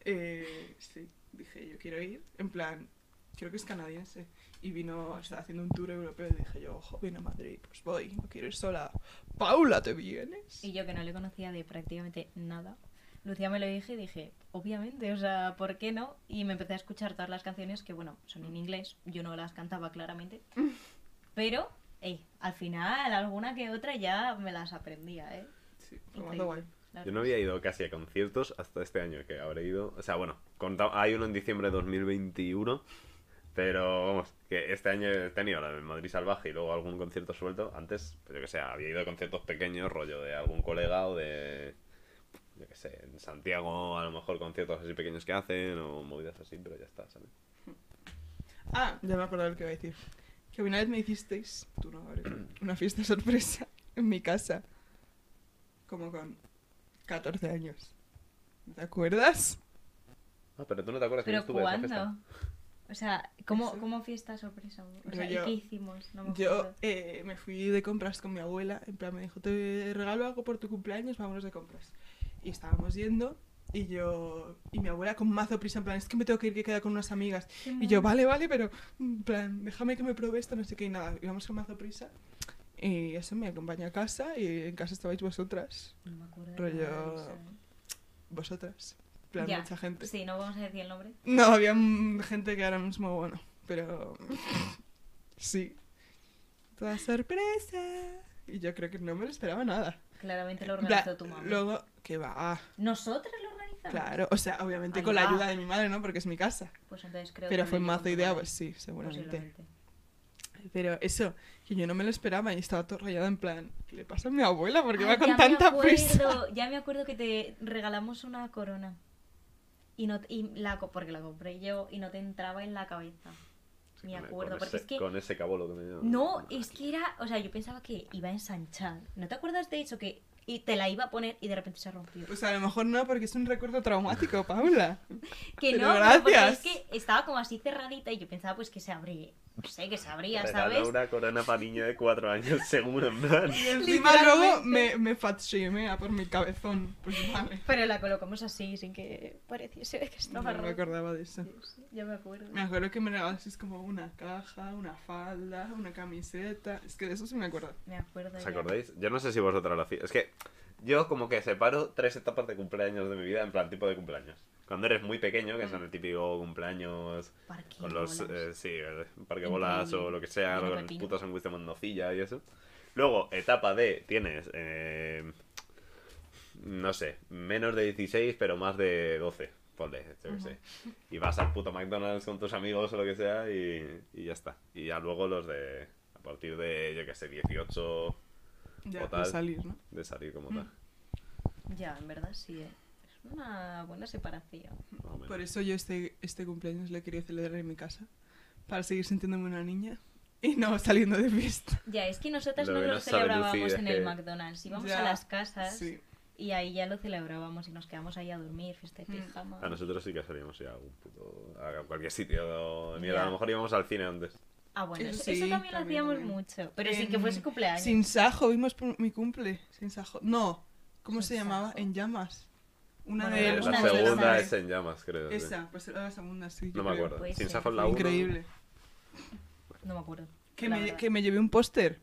Speaker 4: Eh, sí, dije, yo quiero ir. En plan, creo que es canadiense. Y vino, estaba haciendo un tour europeo y dije yo, ojo, vino a Madrid, pues voy, no quiero ir sola. Paula, ¿te vienes?
Speaker 5: Y yo que no le conocía de prácticamente nada. Lucía me lo dije y dije, obviamente, o sea, ¿por qué no? Y me empecé a escuchar todas las canciones que, bueno, son en inglés, yo no las cantaba claramente, pero, ey, al final alguna que otra ya me las aprendía, ¿eh?
Speaker 4: Sí, fue bastante
Speaker 5: Increíble,
Speaker 4: guay.
Speaker 5: la
Speaker 3: Yo no
Speaker 5: verdad.
Speaker 3: había ido casi a conciertos hasta este año, que habré ido. O sea, bueno, conta- hay uno en diciembre de 2021, pero vamos, que este año he tenido la de Madrid Salvaje y luego algún concierto suelto. Antes, pues yo que sé, había ido a conciertos pequeños, rollo de algún colega o de. Yo que sé, en Santiago, a lo mejor conciertos así pequeños que hacen o movidas así, pero ya está, ¿sabes?
Speaker 4: Ah, ya me acuerdo de lo que iba a decir. Que una vez me hicisteis, tú no, Gabriel, una fiesta sorpresa en mi casa. Como con 14 años. ¿Te acuerdas?
Speaker 3: Ah, pero tú no te acuerdas que yo
Speaker 5: ¿Pero
Speaker 3: estuve en esa fiesta.
Speaker 5: cuándo? O sea, ¿cómo,
Speaker 4: Eso.
Speaker 5: ¿cómo fiesta sorpresa? O
Speaker 4: Pero
Speaker 5: sea, ¿y
Speaker 4: yo-
Speaker 5: qué hicimos? No me
Speaker 4: Yo
Speaker 5: acuerdo.
Speaker 4: eh, me fui de compras con mi abuela, en plan me dijo, te regalo algo por tu cumpleaños, vámonos de compras. Y estábamos yendo y yo y mi abuela con mazo prisa, en plan, es que me tengo que ir que queda con unas amigas.
Speaker 5: Qué
Speaker 4: Y yo,
Speaker 5: mono.
Speaker 4: vale, vale, pero en plan, déjame que me pruebe esto, no sé qué, y nada, íbamos con mazo prisa. Y eso me acompañó a casa y en casa estabais vosotras,
Speaker 5: No me acuerdo. de
Speaker 4: rollo-
Speaker 5: nada de eso, ¿eh?
Speaker 4: vosotras, en plan,
Speaker 5: Ya,
Speaker 4: mucha gente.
Speaker 5: Sí, no vamos a decir el nombre.
Speaker 4: No, había mm, gente que ahora mismo, bueno, pero sí. Toda sorpresa. Y yo creo que no me lo esperaba nada.
Speaker 5: Claramente lo
Speaker 4: En plan,
Speaker 5: organizó tu mamá.
Speaker 4: Luego, que va,
Speaker 5: ¿Nosotras lo organizamos?
Speaker 4: claro. O sea, obviamente
Speaker 5: Ahí
Speaker 4: con la
Speaker 5: va.
Speaker 4: ayuda de mi madre, ¿no? Porque es mi casa.
Speaker 5: Pues entonces creo que
Speaker 4: Pero
Speaker 5: lo
Speaker 4: fue
Speaker 5: leyó
Speaker 4: mazo
Speaker 5: tu
Speaker 4: idea,
Speaker 5: madre,
Speaker 4: pues sí, seguramente.
Speaker 5: posiblemente.
Speaker 4: Pero eso, que yo no me lo esperaba y estaba todo rayada en plan, ¿qué le pasa a mi abuela? ¿Por qué
Speaker 5: Ah,
Speaker 4: va con
Speaker 5: ya me
Speaker 4: tanta
Speaker 5: acuerdo,
Speaker 4: prisa?
Speaker 5: Ya me acuerdo que te regalamos una corona. Y no y la co- porque la compré yo y no te entraba en la cabeza.
Speaker 3: Sí,
Speaker 5: Me
Speaker 3: con-
Speaker 5: acuerdo,
Speaker 3: con
Speaker 5: porque
Speaker 3: ese,
Speaker 5: es que
Speaker 3: Con ese cabolo que me dio.
Speaker 5: no, es que era, o sea, yo pensaba que iba a ensanchar. ¿No te acuerdas de eso que y te la iba a poner y de repente se rompió?
Speaker 4: Pues a lo mejor no, porque es un recuerdo traumático, Paula.
Speaker 5: Que
Speaker 4: pero
Speaker 5: no, pero porque
Speaker 4: gracias.
Speaker 5: es que estaba como así cerradita y yo pensaba pues que se abría, no sé, que se abría,
Speaker 3: Regaló
Speaker 5: ¿sabes?
Speaker 3: una corona para niño de cuatro años, seguro, en plan.
Speaker 4: Y encima luego me, me fatshamea por mi cabezón. Pues vale.
Speaker 5: Pero la colocamos así sin que pareciese que
Speaker 4: No
Speaker 5: estaba
Speaker 4: me
Speaker 5: rota.
Speaker 4: acordaba de eso.
Speaker 5: Dios, Ya me acuerdo.
Speaker 3: Ah.
Speaker 4: Me acuerdo que me regalasteis como una caja, una falda, una camiseta. Es que de eso sí me acuerdo.
Speaker 5: Me acuerdo.
Speaker 3: ¿Os
Speaker 5: ya.
Speaker 3: acordáis? Yo no sé si vosotras lo hacéis. Es que yo como que separo tres etapas de cumpleaños de mi vida en plan tipo de cumpleaños. Cuando eres muy pequeño, que son el típico cumpleaños
Speaker 5: Parque
Speaker 3: con los...
Speaker 5: bolas.
Speaker 3: eh, sí, eh, parque bolas o lo que sea,
Speaker 5: Lleno
Speaker 3: con el
Speaker 5: pepino.
Speaker 3: puto sándwich de mandocilla y eso. Luego, etapa de... Tienes... eh, no sé, menos de 16 pero más de 12. Ponle, yo qué sé. Y vas al puto McDonald's con tus amigos o lo que sea y, y ya está. Y ya luego los de... A partir de, yo qué sé, 18
Speaker 4: Ya, de
Speaker 3: Total.
Speaker 4: salir, ¿no?
Speaker 3: de salir como
Speaker 4: Mm.
Speaker 3: tal.
Speaker 5: Ya, en verdad sí, eh. es una buena separación.
Speaker 3: más o menos.
Speaker 4: Por eso yo este, este cumpleaños lo quería celebrar en mi casa. Para seguir sintiéndome una niña. Y no saliendo de fiesta.
Speaker 5: Ya, es que nosotras
Speaker 3: Lo
Speaker 5: no
Speaker 3: que
Speaker 5: lo
Speaker 3: no sabe
Speaker 5: celebrábamos
Speaker 3: Lucía es
Speaker 5: en
Speaker 3: que-
Speaker 5: el McDonald's, íbamos
Speaker 4: Ya,
Speaker 5: a las casas
Speaker 4: Sí.
Speaker 5: y ahí ya lo celebrábamos y nos quedamos ahí a dormir, fiesta de
Speaker 4: Mm.
Speaker 5: pijama.
Speaker 3: A nosotros sí que salíamos ya a algún puto. a cualquier sitio de mierda.
Speaker 5: Ya.
Speaker 3: A lo mejor íbamos al cine antes.
Speaker 5: Ah, bueno,
Speaker 4: Eso
Speaker 5: eso,
Speaker 4: sí,
Speaker 5: eso también lo
Speaker 4: también,
Speaker 5: hacíamos
Speaker 4: también.
Speaker 5: mucho, pero sin que
Speaker 4: En-
Speaker 5: fuese cumpleaños.
Speaker 4: Sin sajo, vimos por mi cumple. Sin sajo. No. ¿Cómo
Speaker 5: Sin
Speaker 4: se llamaba?
Speaker 5: Sajo.
Speaker 4: En llamas. Una
Speaker 5: Bueno,
Speaker 4: de
Speaker 5: Eh,
Speaker 4: los
Speaker 5: una
Speaker 3: la
Speaker 5: de
Speaker 4: cumples de
Speaker 3: segunda
Speaker 4: Sabre.
Speaker 3: es en llamas, creo. sí.
Speaker 4: Esa, pues era la segunda, sí. yo
Speaker 3: No me
Speaker 4: creo.
Speaker 3: acuerdo.
Speaker 5: Puede
Speaker 3: Sin
Speaker 5: ser.
Speaker 3: Sajo la 1.
Speaker 4: Increíble.
Speaker 5: No me acuerdo.
Speaker 4: Que
Speaker 5: la
Speaker 4: me,
Speaker 5: verdad.
Speaker 4: que me llevé un póster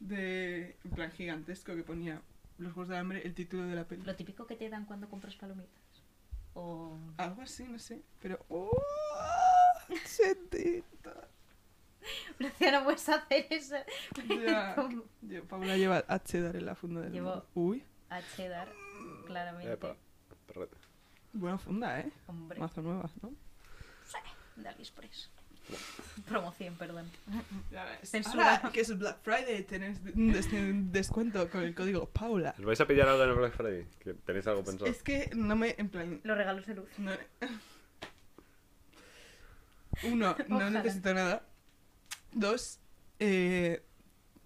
Speaker 4: de en plan gigantesco que ponía Los Juegos del Hambre, el título de la película.
Speaker 5: Lo típico que te dan cuando compras palomitas. O...
Speaker 4: Algo así, no sé. Pero. ¡Oh! Chetita.
Speaker 5: Lucía, no puedes hacer eso.
Speaker 4: Ya. Yo, Paula lleva a cheddar en la funda del
Speaker 5: Llevo-
Speaker 4: mundo. Uy,
Speaker 5: A cheddar, claramente.
Speaker 3: Epa, perrete.
Speaker 4: buena funda, ¿eh?
Speaker 5: Hombre.
Speaker 4: Mazo nueva, ¿no?
Speaker 5: De AliExpress. Promoción, perdón. Censura.
Speaker 4: Ahora que es Black Friday, tenéis un des- un descuento con el código Paula.
Speaker 3: ¿Os vais a pillar algo en el Black Friday? ¿Que ¿Tenéis algo pensado?
Speaker 4: Es que no me. En plan.
Speaker 5: Los regalos de luz.
Speaker 4: No, uno, no
Speaker 5: Ojalá.
Speaker 4: necesito nada. Dos, eh,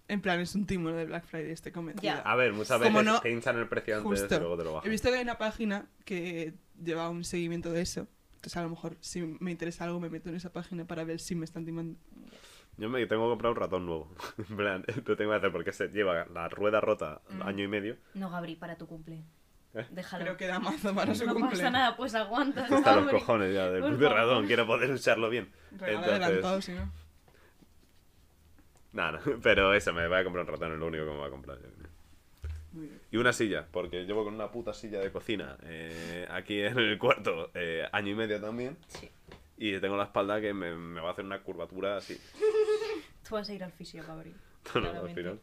Speaker 4: en plan, es un timo lo de Black Friday, este convencida.
Speaker 3: A ver, muchas
Speaker 4: Como
Speaker 3: veces
Speaker 4: no-
Speaker 3: te hinchan el precio antes
Speaker 4: Justo.
Speaker 3: y luego te lo
Speaker 4: He
Speaker 3: bajan.
Speaker 4: visto que hay una página que lleva un seguimiento de eso. Entonces, a lo mejor, si me interesa algo, me meto en esa página para ver si me están timando.
Speaker 3: Yo me tengo que comprar un ratón nuevo. En plan, lo tengo que hacer porque se lleva la rueda rota
Speaker 4: Mm.
Speaker 3: año y medio.
Speaker 5: No, Gabri, para tu cumple.
Speaker 3: ¿Eh?
Speaker 5: Déjalo.
Speaker 4: Pero queda mazo para su
Speaker 5: no
Speaker 4: cumple.
Speaker 5: pasa nada, pues aguanta.
Speaker 3: Hasta los
Speaker 5: Gabri.
Speaker 3: cojones ya del
Speaker 5: Por
Speaker 3: puto
Speaker 5: favor.
Speaker 3: ratón. Quiero poder usarlo bien.
Speaker 4: Regalo
Speaker 3: Entonces-
Speaker 4: adelantado, si no.
Speaker 3: Nada, no, pero eso, me voy a comprar un ratón, es lo único que me voy a comprar. yo creo.
Speaker 4: Muy bien.
Speaker 3: Y una silla, porque llevo con una puta silla de cocina eh, aquí en el cuarto eh, año y medio también.
Speaker 5: Sí.
Speaker 3: Y tengo la espalda que me, me va a hacer una curvatura así.
Speaker 5: Tú vas a ir al fisio, Gabriel.
Speaker 3: No, no, al
Speaker 5: claramente.
Speaker 3: final.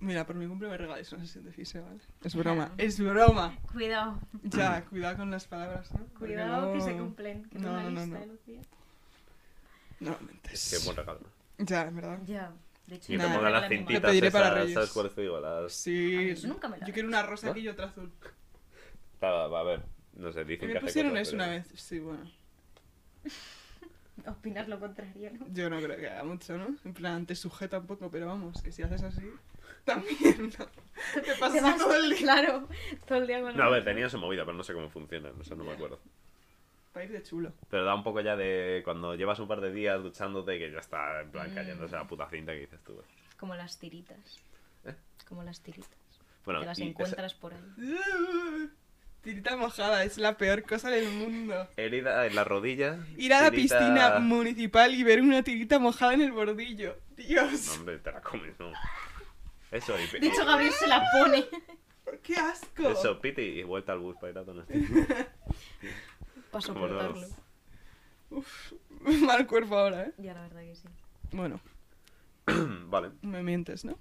Speaker 4: Mira, por mi cumple me regaláis una sesión de fisio, ¿vale? Es broma, es broma.
Speaker 5: Cuidado,
Speaker 4: Ya, cuidado con las palabras, ¿no? Porque
Speaker 5: cuidado que
Speaker 4: luego-
Speaker 5: se cumplen. Que
Speaker 4: no,
Speaker 5: no,
Speaker 4: no, no,
Speaker 5: lista
Speaker 4: no.
Speaker 5: de los días.
Speaker 4: No, mentes.
Speaker 3: Qué buen regalo.
Speaker 4: Ya, en verdad.
Speaker 5: Ya, de hecho,
Speaker 3: Y
Speaker 4: Nah.
Speaker 3: te pongan las cintitas.
Speaker 4: Te pediré para
Speaker 3: esas,
Speaker 4: Reyes.
Speaker 3: ¿Sabes cuáles te digo? Las.
Speaker 5: A mí
Speaker 4: Sí.
Speaker 5: eso nunca me lo
Speaker 4: Yo
Speaker 5: haré.
Speaker 4: quiero una rosa
Speaker 3: ¿No?
Speaker 4: aquí y otra azul.
Speaker 3: Claro, a ver. No sé, dicen que
Speaker 4: Me
Speaker 3: hace
Speaker 4: pusieron
Speaker 3: cosas,
Speaker 4: eso
Speaker 3: pero-
Speaker 4: una vez. Sí, bueno.
Speaker 5: Opinar lo contrario, ¿no?
Speaker 4: Yo no creo que haga mucho, ¿no? En plan, te sujeta un poco, pero vamos, que si haces así, también, ¿no? Te
Speaker 5: Te
Speaker 4: pasas
Speaker 5: vas
Speaker 4: todo el día.
Speaker 5: Claro, todo el día con
Speaker 3: No, a ver, tenía su movida, pero no sé cómo funciona. No sé, no me acuerdo.
Speaker 4: Para ir de chulo.
Speaker 3: Pero da un poco ya de cuando llevas un par de días duchándote que ya está en
Speaker 5: Mm.
Speaker 3: plan cayéndose la puta cinta que dices tú. güey.
Speaker 5: Como las tiritas. Como las tiritas.
Speaker 3: ¿Eh? Bueno,
Speaker 5: Te las
Speaker 3: y esa-
Speaker 5: encuentras por ahí.
Speaker 4: Tirita mojada, es la peor cosa del mundo.
Speaker 3: herida en la rodilla.
Speaker 4: Ir a la
Speaker 3: tirita-
Speaker 4: piscina municipal y ver una tirita mojada en el bordillo.
Speaker 3: No,
Speaker 4: Dios,
Speaker 3: hombre, te la comes, no. Eso, y,
Speaker 5: De hecho, Gabriel se la pone.
Speaker 4: qué asco.
Speaker 3: eso, piti, y vuelta al bus para ir a Donosti.
Speaker 5: Para
Speaker 3: Como no.
Speaker 5: soportarlo.
Speaker 4: Mal cuerpo ahora, ¿eh?
Speaker 5: Ya, la verdad que sí.
Speaker 4: Bueno,
Speaker 3: vale,
Speaker 4: me mientes, ¿no?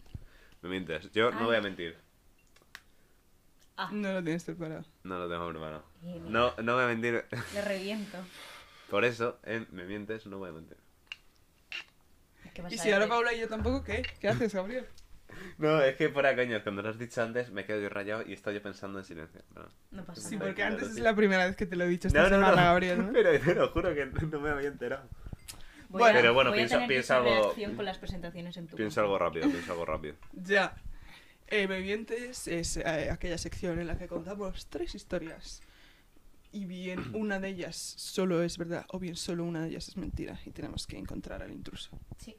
Speaker 3: me mientes. Yo
Speaker 5: Ah.
Speaker 3: no voy a mentir.
Speaker 5: Ah,
Speaker 4: No lo tienes preparado.
Speaker 3: No lo tengo hermano.
Speaker 5: Eh, mira.
Speaker 3: No, no voy a mentir.
Speaker 5: le reviento.
Speaker 3: Por eso, en me mientes, no voy a mentir.
Speaker 5: ¿Qué vas
Speaker 4: Y
Speaker 5: a
Speaker 4: si ahora
Speaker 5: decir?
Speaker 4: Paula y yo tampoco, ¿qué? ¿Qué haces, Gabriel?
Speaker 3: No, es que para coño, cuando lo has dicho antes, me quedo yo rayado y estoy yo pensando en silencio. No.
Speaker 5: No pasa
Speaker 4: Sí,
Speaker 5: nada.
Speaker 4: porque antes es la primera vez que te lo he dicho esta
Speaker 3: no,
Speaker 4: semana, Gabriel, ¿no?
Speaker 3: Pero te lo juro que no me había enterado.
Speaker 5: Voy a-
Speaker 3: Pero bueno,
Speaker 5: voy a
Speaker 3: piensa-
Speaker 5: tener que
Speaker 3: piensa
Speaker 5: hacer
Speaker 3: algo-
Speaker 5: reacción con las presentaciones en tu
Speaker 3: Piensa algo rápido, piensa algo rápido.
Speaker 4: Ya. Eh, me mientes es eh, aquella sección en la que contamos tres historias. Y bien una de ellas solo es verdad, o bien solo una de ellas es mentira. Y tenemos que encontrar al intruso.
Speaker 5: Sí.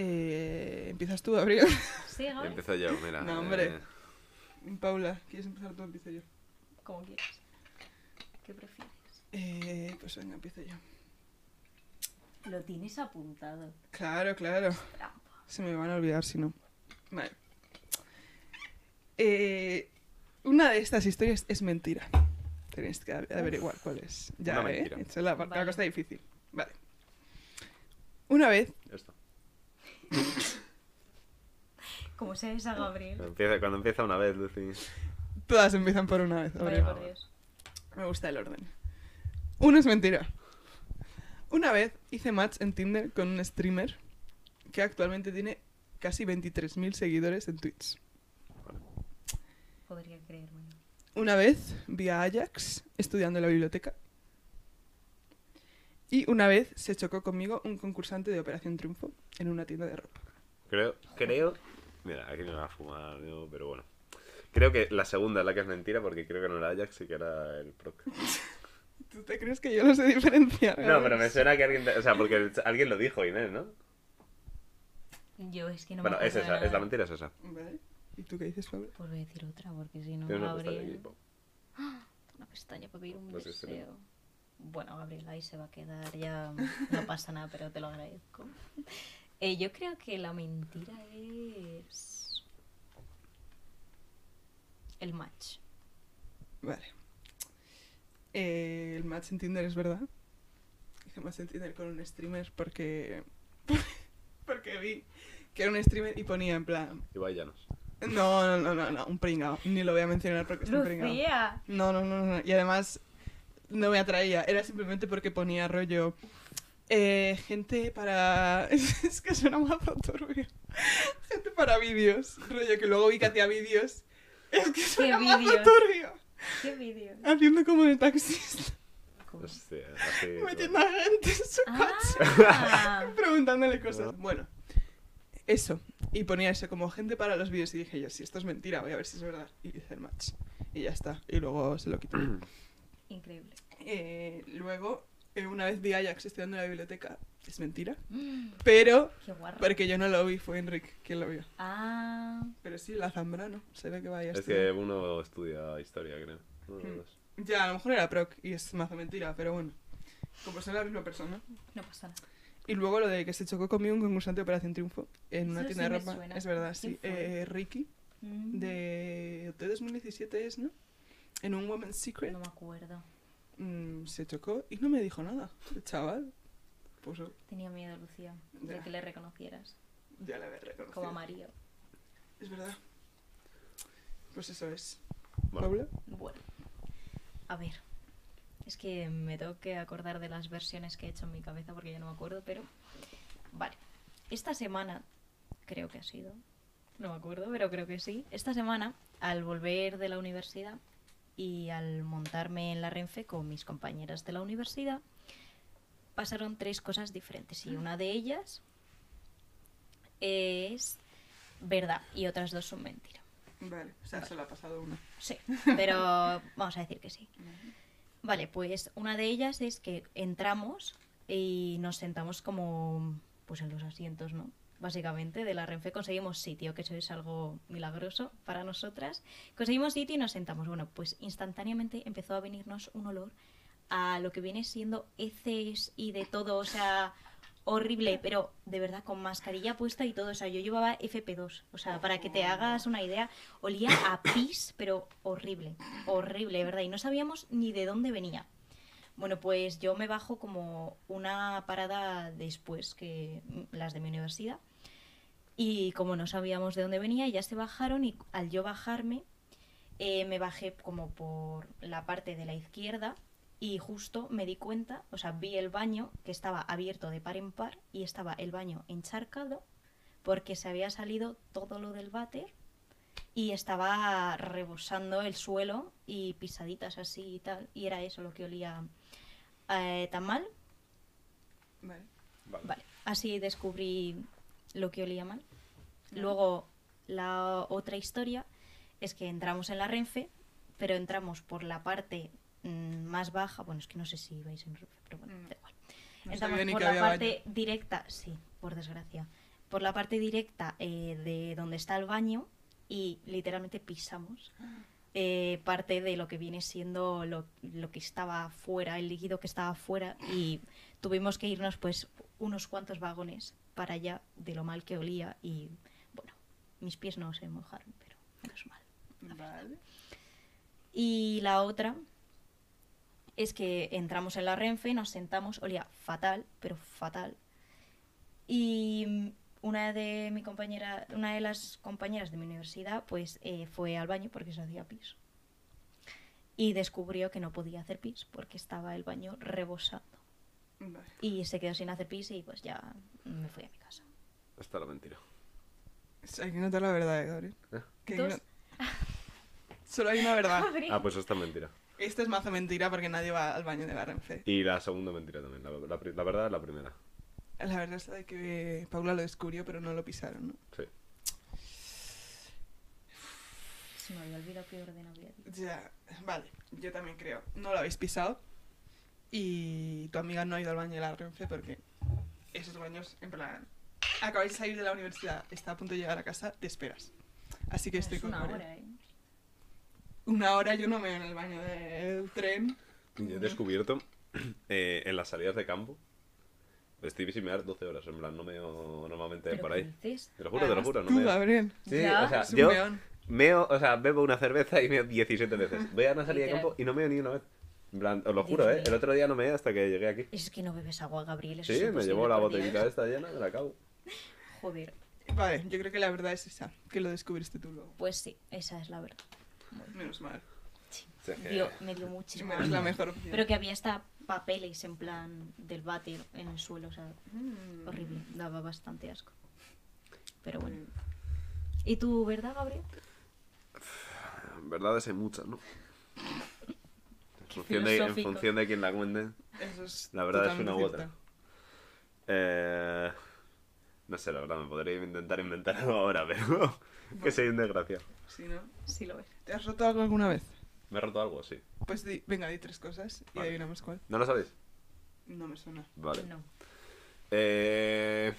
Speaker 4: Eh, ¿Empiezas tú, Gabriel?
Speaker 5: Sí, Gabriel.
Speaker 3: Empiezo yo, mira. eh,
Speaker 4: No, hombre. Paula, ¿quieres empezar tú o empiezo yo?
Speaker 5: Como quieras. ¿Qué prefieres?
Speaker 4: Eh, pues venga, empiezo yo.
Speaker 5: Lo tienes apuntado.
Speaker 4: Claro, claro.
Speaker 5: Trampa.
Speaker 4: Se me van a olvidar si no. Vale. Eh, una de estas historias es mentira. Tenéis que ave- averiguar cuál es. Ya,
Speaker 3: Una
Speaker 4: ¿eh?
Speaker 3: mentira.
Speaker 4: Esa es la parte, la
Speaker 5: Vale.
Speaker 4: cosa difícil. Vale. Una vez,
Speaker 3: Esto.
Speaker 5: Como sea esa, Gabriel.
Speaker 3: Empieza, cuando empieza una vez, Lucy.
Speaker 4: todas empiezan por una vez.
Speaker 5: Vaya
Speaker 4: Gabriel.
Speaker 5: por Dios.
Speaker 4: Me gusta el orden. Una es mentira. Una vez hice match en Tinder con un streamer que actualmente tiene casi 23.000 seguidores en Twitch.
Speaker 5: Podría creerme.
Speaker 4: Una vez vi a Ajax estudiando en la biblioteca. Y una vez se chocó conmigo un concursante de Operación Triunfo en una tienda de ropa.
Speaker 3: Creo, creo. Mira, aquí me va a fumar, yo, pero bueno. Creo que la segunda es la que es mentira porque creo que no era Ajax y que era el Proc.
Speaker 4: ¿Tú te crees que yo lo sé diferenciar?
Speaker 3: No, pero me suena que alguien. te- O sea, porque alguien lo dijo, Inés, ¿no?
Speaker 5: Yo es que no
Speaker 3: bueno,
Speaker 5: me
Speaker 3: es
Speaker 5: acuerdo de
Speaker 3: esa, es la
Speaker 5: nada.
Speaker 3: mentira, es esa.
Speaker 4: Vale. ¿Y tú qué dices, Pablo?
Speaker 5: Pues voy a decir otra porque si no,
Speaker 3: Tienes una pestaña
Speaker 5: Gabriel.
Speaker 3: aquí, Pau.
Speaker 5: Una pestaña para pedir un
Speaker 3: No sé si
Speaker 5: deseo. Bueno, Gabriel, ahí se va a quedar, ya no pasa nada, pero te lo agradezco. Eh, yo creo que la mentira es. El match.
Speaker 4: Vale. Eh, el match en Tinder es verdad. Hice match en Tinder con un streamer porque. porque vi que era un streamer y ponía en plan.
Speaker 3: Ibai Llanos.
Speaker 4: No, no, no, no, no, un pringao. Ni lo voy a mencionar porque es un pringao.
Speaker 5: Lucía,
Speaker 4: No, no, no, no. Y además no me atraía. Era simplemente porque ponía rollo. eh, gente para. es que suena un poco turbio. Gente para vídeos. Rollo que luego vi que hacía vídeos. Es que suena un poco
Speaker 5: vídeos?
Speaker 4: turbio.
Speaker 5: qué vídeo.
Speaker 4: Haciendo como de taxista.
Speaker 5: ¿Cómo?
Speaker 3: Hostia, eh, así.
Speaker 4: Metiendo a gente en su coche.
Speaker 5: Ah,
Speaker 4: Preguntándole cosas. Bueno. Eso. Y ponía eso como gente para los vídeos. Y dije yo, si esto es mentira, voy a ver si es verdad. Y hice el match. Y ya está. Y luego se lo quité.
Speaker 5: increíble.
Speaker 4: Eh, luego, eh, una vez vi a Ajax estudiando en la biblioteca. Es mentira.
Speaker 5: Mm,
Speaker 4: Pero,
Speaker 5: Qué guarro.
Speaker 4: porque yo no lo vi, fue Enrique quien lo vio.
Speaker 5: Ah,
Speaker 4: Pero sí, la Zambrano. Se ve que vaya a
Speaker 3: Es
Speaker 4: estudiar.
Speaker 3: que uno estudia historia, creo. Uno de
Speaker 4: Hmm.
Speaker 3: dos.
Speaker 4: Ya, a lo mejor era proc y es mazo mentira, pero bueno. Como son la misma persona.
Speaker 5: no pasa nada.
Speaker 4: Y luego lo de que se chocó conmigo un concursante de Operación Triunfo en una
Speaker 5: Eso
Speaker 4: tienda
Speaker 5: sí
Speaker 4: de
Speaker 5: me
Speaker 4: ropa.
Speaker 5: suena.
Speaker 4: Es verdad,
Speaker 5: ¿Quién
Speaker 4: sí.
Speaker 5: fue?
Speaker 4: Eh, Ricky. de de 2017 es, ¿no? En un Women's Secret
Speaker 6: No me acuerdo.
Speaker 4: mm, se chocó y no me dijo nada. El chaval, pues oh,
Speaker 6: Tenía miedo, Lucía, de
Speaker 4: Ya.
Speaker 6: que le reconocieras.
Speaker 4: ya le había
Speaker 6: Como a
Speaker 4: reconocido.
Speaker 6: Mario.
Speaker 4: Es verdad. Pues eso es.
Speaker 3: Bueno,
Speaker 4: ¿Paula?
Speaker 6: Bueno.
Speaker 5: A ver. Es que me tengo que acordar de las versiones que he hecho en mi cabeza porque ya no me acuerdo, pero. Vale. Esta semana, creo que ha sido. No me acuerdo, pero creo que sí. Esta semana, al volver de la universidad y al montarme en la Renfe con mis compañeras de la universidad, pasaron tres cosas diferentes. Y una de ellas es verdad y otras dos son mentira.
Speaker 4: Vale, o sea, solo ha pasado una.
Speaker 5: Sí, pero vamos a decir que sí. Vale, pues una de ellas es que entramos y nos sentamos como pues en los asientos, ¿no? Básicamente, de la Renfe conseguimos sitio, que eso es algo milagroso para nosotras. Conseguimos sitio y nos sentamos. Bueno, pues instantáneamente empezó a venirnos un olor a lo que viene siendo heces y de todo, o sea, horrible, pero de verdad con mascarilla puesta y todo. O sea, yo llevaba FP2, o sea, para que te hagas una idea, olía a pis, pero horrible, horrible, de verdad. Y no sabíamos ni de dónde venía. Bueno, pues yo me bajo como una parada después que las de mi universidad. Y como no sabíamos de dónde venía, ya se bajaron y al yo bajarme, eh, me bajé como por la parte de la izquierda y justo me di cuenta, o sea, vi el baño que estaba abierto de par en par y estaba el baño encharcado porque se había salido todo lo del váter y estaba rebosando el suelo y pisaditas así y tal. Y era eso lo que olía eh, tan mal.
Speaker 4: Vale.
Speaker 3: vale.
Speaker 5: Vale, así descubrí lo que olía mal. Luego, la otra historia es que entramos en la Renfe, pero entramos por la parte mm, más baja. Bueno, es que no sé si vais en Renfe, pero bueno,
Speaker 4: Mm. No.
Speaker 5: da igual.
Speaker 4: No
Speaker 5: entramos
Speaker 4: sabía ni
Speaker 5: por
Speaker 4: que
Speaker 5: la
Speaker 4: había
Speaker 5: parte directa, sí, por desgracia. Por la parte directa eh, de donde está el baño y literalmente pisamos eh, parte de lo que viene siendo lo, lo que estaba fuera, el líquido que estaba fuera y tuvimos que irnos pues unos cuantos vagones para allá de lo mal que olía y bueno, mis pies no se mojaron, pero menos mal.
Speaker 4: baño. Vale.
Speaker 5: Y la otra es que entramos en la Renfe, nos sentamos, olía fatal, pero fatal. Y mm, una de mi compañera, una de las compañeras de mi universidad, pues eh, fue al baño porque se hacía pis. Y descubrió que no podía hacer pis porque estaba el baño rebosando.
Speaker 4: Vale.
Speaker 5: Y se quedó sin hacer pis y pues ya me fui a mi casa.
Speaker 3: Esta es la mentira.
Speaker 4: Sí, Hay que notar la verdad, eh, Gabriel.
Speaker 3: ¿Eh?
Speaker 4: Que hay
Speaker 6: Dos.
Speaker 4: una- Solo hay una verdad.
Speaker 3: Ah, pues esta es mentira.
Speaker 4: Esto es mazo mentira porque nadie va al baño de la Renfe.
Speaker 3: Y la segunda mentira también. La, la pri- la verdad es la primera.
Speaker 4: La verdad es la de que Paula lo descubrió, pero no lo pisaron, ¿no?
Speaker 3: Sí.
Speaker 6: Se me había olvidado qué orden había dicho.
Speaker 4: Ya, vale, yo también creo. No lo habéis pisado. Y tu amiga no ha ido al baño de la Renfe porque esos baños, en plan, acabáis de salir de la universidad, está a punto de llegar a casa, te esperas. Así que estoy
Speaker 6: es
Speaker 4: con
Speaker 6: una
Speaker 4: Gloria.
Speaker 6: hora, ¿eh?
Speaker 4: Una hora yo no me veo en el baño del tren.
Speaker 3: Yo he descubierto eh, en las salidas de campo. Estoy sin mear 12 horas. En plan, no meo normalmente
Speaker 6: ¿Pero
Speaker 3: por
Speaker 6: qué
Speaker 3: ahí.
Speaker 6: dices?
Speaker 3: Te lo juro, te lo
Speaker 4: Además,
Speaker 3: juro. No
Speaker 4: tú,
Speaker 3: meo.
Speaker 4: Gabriel.
Speaker 3: Sí,
Speaker 6: Ya,
Speaker 3: o sea,
Speaker 4: es un
Speaker 3: yo
Speaker 4: peón.
Speaker 3: meo, o sea, bebo una cerveza y meo 17 veces. Voy a una salida de
Speaker 6: Literal.
Speaker 3: campo y no meo ni una vez. En plan, os lo juro,
Speaker 6: Dios
Speaker 3: ¿eh?
Speaker 6: mío.
Speaker 3: El otro día no meé hasta que llegué aquí.
Speaker 5: Es que no bebes agua, Gabriel. eso es
Speaker 3: Sí, me
Speaker 5: imposible,
Speaker 3: llevo la
Speaker 5: por Dios.
Speaker 3: botellita esta llena, me la acabo.
Speaker 5: Joder,
Speaker 4: Vale, yo creo que la verdad es esa, que lo descubriste tú luego.
Speaker 5: pues sí, esa es la verdad.
Speaker 4: Menos mal.
Speaker 3: O sea, es que-
Speaker 5: Dio- me dio muchísimo
Speaker 4: Menos la mejor opción.
Speaker 5: Pero que había hasta papeles en plan del váter en el suelo, o sea, horrible, daba bastante asco. Pero bueno. ¿Y tú, verdad, Gabriel?
Speaker 3: Verdades hay muchas, ¿no? En
Speaker 5: Qué
Speaker 3: función, de, en
Speaker 5: filosófico.
Speaker 3: función de quién la cuente.
Speaker 4: Eso es
Speaker 3: La verdad es
Speaker 4: totalmente
Speaker 3: una u otra.
Speaker 4: cierto.
Speaker 3: Eh, no sé, la verdad, me podría intentar inventar algo ahora, pero que soy un desgraciado.
Speaker 4: Sí, ¿no?
Speaker 5: Sí lo es.
Speaker 4: ¿Te has roto algo alguna vez?
Speaker 3: Me he roto algo, sí.
Speaker 4: Pues di- venga, di tres cosas y
Speaker 3: Vale.
Speaker 4: adivinamos cuál.
Speaker 3: ¿No lo sabéis?
Speaker 4: No me suena.
Speaker 3: Vale.
Speaker 5: No.
Speaker 3: Eh,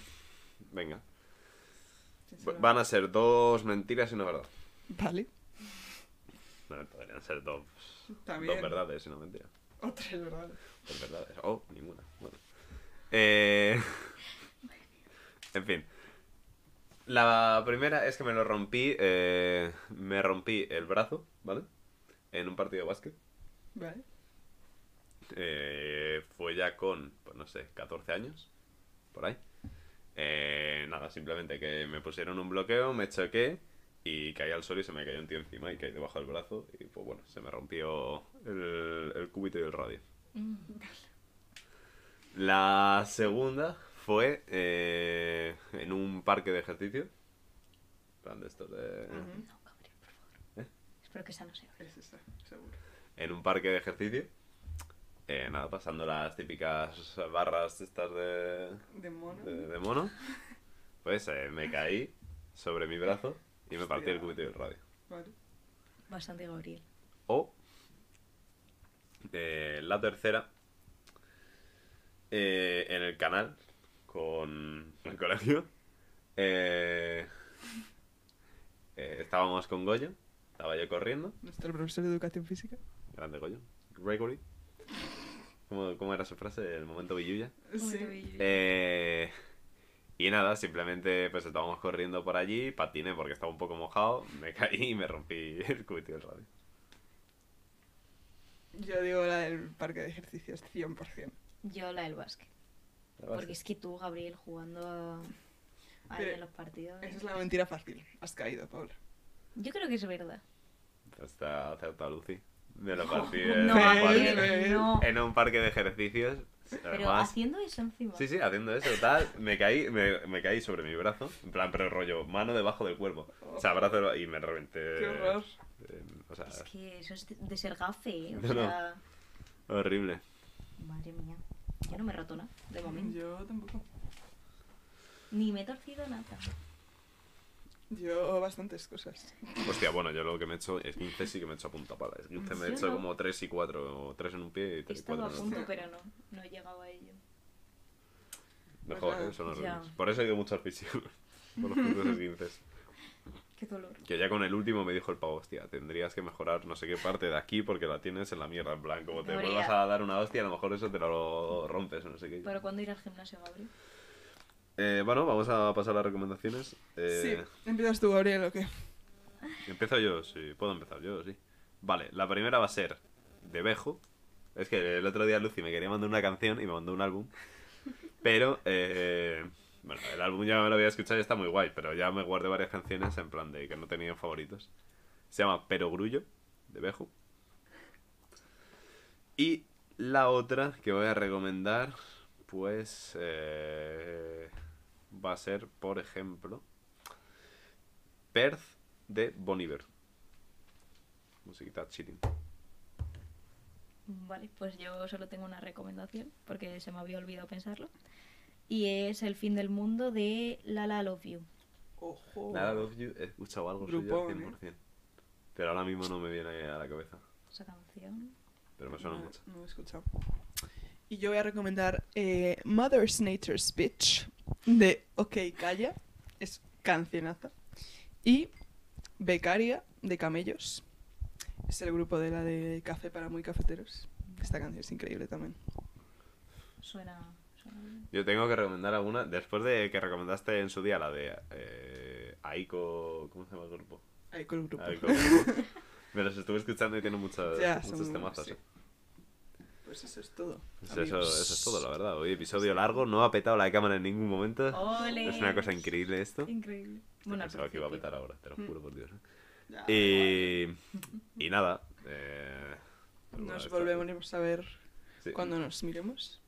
Speaker 3: venga.
Speaker 4: sinceramente.
Speaker 3: Van a ser dos mentiras y una verdad.
Speaker 4: Vale.
Speaker 3: No, podrían ser dos,
Speaker 4: También.
Speaker 3: dos verdades y una mentira.
Speaker 4: O tres verdades.
Speaker 3: Dos verdades. Oh, ninguna. Bueno. Eh, en fin. La primera es que me lo rompí, eh, me rompí el brazo, ¿vale? En un partido de básquet.
Speaker 4: Vale.
Speaker 3: Eh, fue ya con, pues no sé, 14 años, por ahí. Eh, nada, simplemente que me pusieron un bloqueo, me choqué y caí al suelo y se me cayó un tío encima y caí debajo del brazo y pues bueno, se me rompió el, el cúbito y el radio. La segunda fue eh, en un parque de ejercicio. En plan de estos de-
Speaker 5: No, Gabriel, por favor.
Speaker 3: ¿Eh?
Speaker 5: Espero que esa no sea.
Speaker 4: Es esa, seguro.
Speaker 3: en un parque de ejercicio. Eh, nada, pasando las típicas barras estas de,
Speaker 4: De mono.
Speaker 3: de, de mono. Pues eh, me caí sobre mi brazo y me partí el cúbito del radio.
Speaker 4: Vale.
Speaker 5: Bastante Gabriel.
Speaker 3: O eh, la tercera, eh, en el canal con el colegio, eh, eh, estábamos con Goyo, estaba yo corriendo,
Speaker 4: Nuestro profesor de educación física.
Speaker 3: grande Goyo, Gregory. ¿Cómo, cómo era su frase? El momento billuya. Eh, y nada, simplemente pues estábamos corriendo por allí, patiné porque estaba un poco mojado, me caí y me rompí el cubito del radio.
Speaker 4: Yo digo la del parque de ejercicios, 100%.
Speaker 6: Yo la del básquet. Porque es que tú, Gabriel, jugando a- a
Speaker 4: Pero-
Speaker 6: en los partidos.
Speaker 4: Esa es la mentira fácil. Has caído, Paula.
Speaker 6: Yo creo que es verdad.
Speaker 3: Está acertado Lucy. Me lo partí en,
Speaker 6: no,
Speaker 3: un
Speaker 4: Gabriel,
Speaker 3: parque,
Speaker 6: Gabriel, no.
Speaker 3: Eh, en un parque de ejercicios.
Speaker 6: Pero
Speaker 3: además-
Speaker 6: haciendo eso encima.
Speaker 3: sí, sí, haciendo eso, tal. Me caí, me, me caí sobre mi brazo. En plan, pero rollo, mano debajo del cuerpo. O sea, brazo y me reventé.
Speaker 4: Qué horror.
Speaker 3: eh, o sea,
Speaker 6: Es que eso es de- de ser gafe, ¿eh? O
Speaker 3: No, no.
Speaker 6: sea,
Speaker 3: horrible.
Speaker 6: madre mía. Yo no me he roto nada, de momento.
Speaker 4: Yo tampoco.
Speaker 6: Ni me he torcido nada.
Speaker 4: Yo bastantes cosas.
Speaker 3: Hostia, bueno, yo lo que me he hecho es 15 sí que me he hecho a punta pala. Es 15 me he
Speaker 6: Yo
Speaker 3: hecho
Speaker 6: no.
Speaker 3: como 3 y 4, o 3 en un pie y
Speaker 6: He
Speaker 3: 3 y
Speaker 6: estado
Speaker 3: 4
Speaker 6: a
Speaker 3: en el otro.
Speaker 6: punto, pero no. No he llegado a ello.
Speaker 3: Mejor,
Speaker 4: Ajá,
Speaker 3: ¿eh? son
Speaker 6: ya.
Speaker 3: horribles. Por eso he ido mucho al fisio. Por los puntos de 15.
Speaker 6: Qué dolor.
Speaker 3: Que ya con el último me dijo el pavo, hostia, tendrías que mejorar no sé qué parte de aquí porque la tienes en la mierda. En plan, como te
Speaker 6: Debería.
Speaker 3: vuelvas a dar una hostia, a lo mejor eso te lo rompes o no sé qué.
Speaker 6: ¿Pero cuándo ir al gimnasio, Gabriel?
Speaker 3: Eh, bueno, vamos a pasar a las recomendaciones. Eh,
Speaker 4: Sí. ¿Empiezas tú, Gabriel, o qué?
Speaker 3: Empiezo yo, sí, puedo empezar yo, sí. Vale, la primera va a ser de Bejo. Es que el otro día Lucy me quería mandar una canción y me mandó un álbum. Pero, eh, bueno, el álbum ya me lo había escuchado y está muy guay, pero ya me guardé varias canciones en plan de que no tenían favoritos. Se llama Pero Grullo, de Bejo. Y la otra que voy a recomendar, pues, eh, va a ser, por ejemplo, Perth de Bon Iver. Musiquita chilling.
Speaker 6: Vale, pues yo solo tengo una recomendación, porque se me había olvidado pensarlo. Y es El fin del mundo de La La Love You.
Speaker 4: Ojo.
Speaker 3: Nada, Love You, he escuchado algo suyo
Speaker 4: Grupón,
Speaker 3: al
Speaker 4: ¿eh?
Speaker 3: 100%. Pero ahora mismo no me viene a la cabeza.
Speaker 6: Esa canción.
Speaker 3: Pero me suena
Speaker 4: no,
Speaker 3: mucho.
Speaker 4: No lo he escuchado. Y yo voy a recomendar eh, Mother's Nature's Bitch de OK Calla. Es cancionaza. Y Becaria de Camellos. Es el grupo de la de Café para Muy Cafeteros. Esta canción es increíble también.
Speaker 6: Suena. suena bien.
Speaker 3: Yo tengo que recomendar alguna. Después de que recomendaste en su día la de eh, Aiko. ¿Cómo se llama el grupo?
Speaker 4: Ahí con el grupo.
Speaker 3: Aiko. grupo. me los estuve escuchando y tiene muchos,
Speaker 4: Ya, son
Speaker 3: muchos
Speaker 4: muy-
Speaker 3: temazos.
Speaker 4: sí.
Speaker 3: eh.
Speaker 4: Pues eso es todo.
Speaker 3: Pues eso,
Speaker 4: amigos.
Speaker 3: eso es todo, la verdad. Hoy episodio largo, no ha petado la cámara en ningún momento.
Speaker 6: ¡Ole!
Speaker 3: Es una cosa increíble esto.
Speaker 6: Increíble. Bueno, al
Speaker 3: Pensaba que iba a
Speaker 6: principio.
Speaker 3: petar ahora,
Speaker 4: Mm.
Speaker 3: te lo juro por Dios. eh.
Speaker 4: Ya,
Speaker 3: Y, y nada. eh, alguna
Speaker 4: Nos
Speaker 3: vez-
Speaker 4: volveremos a ver
Speaker 3: Sí.
Speaker 4: cuando nos miremos.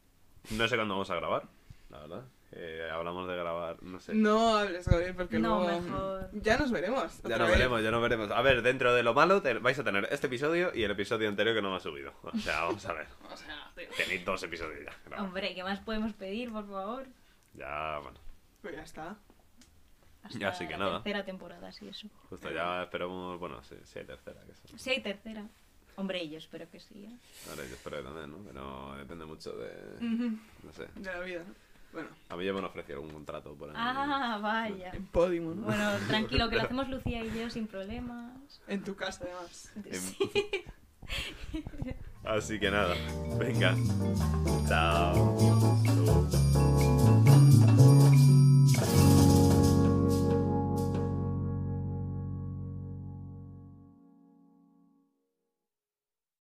Speaker 3: No sé cuándo vamos a grabar, la verdad. Eh, hablamos de grabar, no sé.
Speaker 4: No hables, Gabriel, porque
Speaker 6: No,
Speaker 4: luego...
Speaker 6: mejor.
Speaker 4: Ya nos veremos.
Speaker 3: Ya
Speaker 4: otra
Speaker 3: nos
Speaker 4: vez.
Speaker 3: veremos, ya nos veremos. A ver, dentro de lo malo te- vais a tener este episodio y el episodio anterior que no me ha subido. O sea, vamos a ver.
Speaker 4: O sea, tío.
Speaker 3: Tenéis dos episodios ya. grabados.
Speaker 6: Hombre, ¿qué más podemos pedir, por favor?
Speaker 3: Ya, bueno.
Speaker 4: Pues ya está.
Speaker 6: Hasta
Speaker 3: Así que
Speaker 6: la
Speaker 3: nada.
Speaker 6: tercera temporada, sí, eso.
Speaker 3: Justo ya esperamos, bueno, si, si hay tercera, que eso.
Speaker 6: Si hay tercera. Hombre, yo espero que sí. ¿eh?
Speaker 3: Ahora yo espero que también, ¿no? Pero depende mucho de...
Speaker 4: Ujú.
Speaker 3: No sé.
Speaker 4: De la vida, ¿no? Bueno,
Speaker 3: A mí ya me han ofrecido algún contrato por ahí.
Speaker 6: Ah, vaya.
Speaker 4: en Podimo, ¿no?
Speaker 6: Bueno, tranquilo, que lo hacemos Lucía y yo sin problemas.
Speaker 4: En tu casa, además.
Speaker 3: Em- Así que nada, venga. Chao.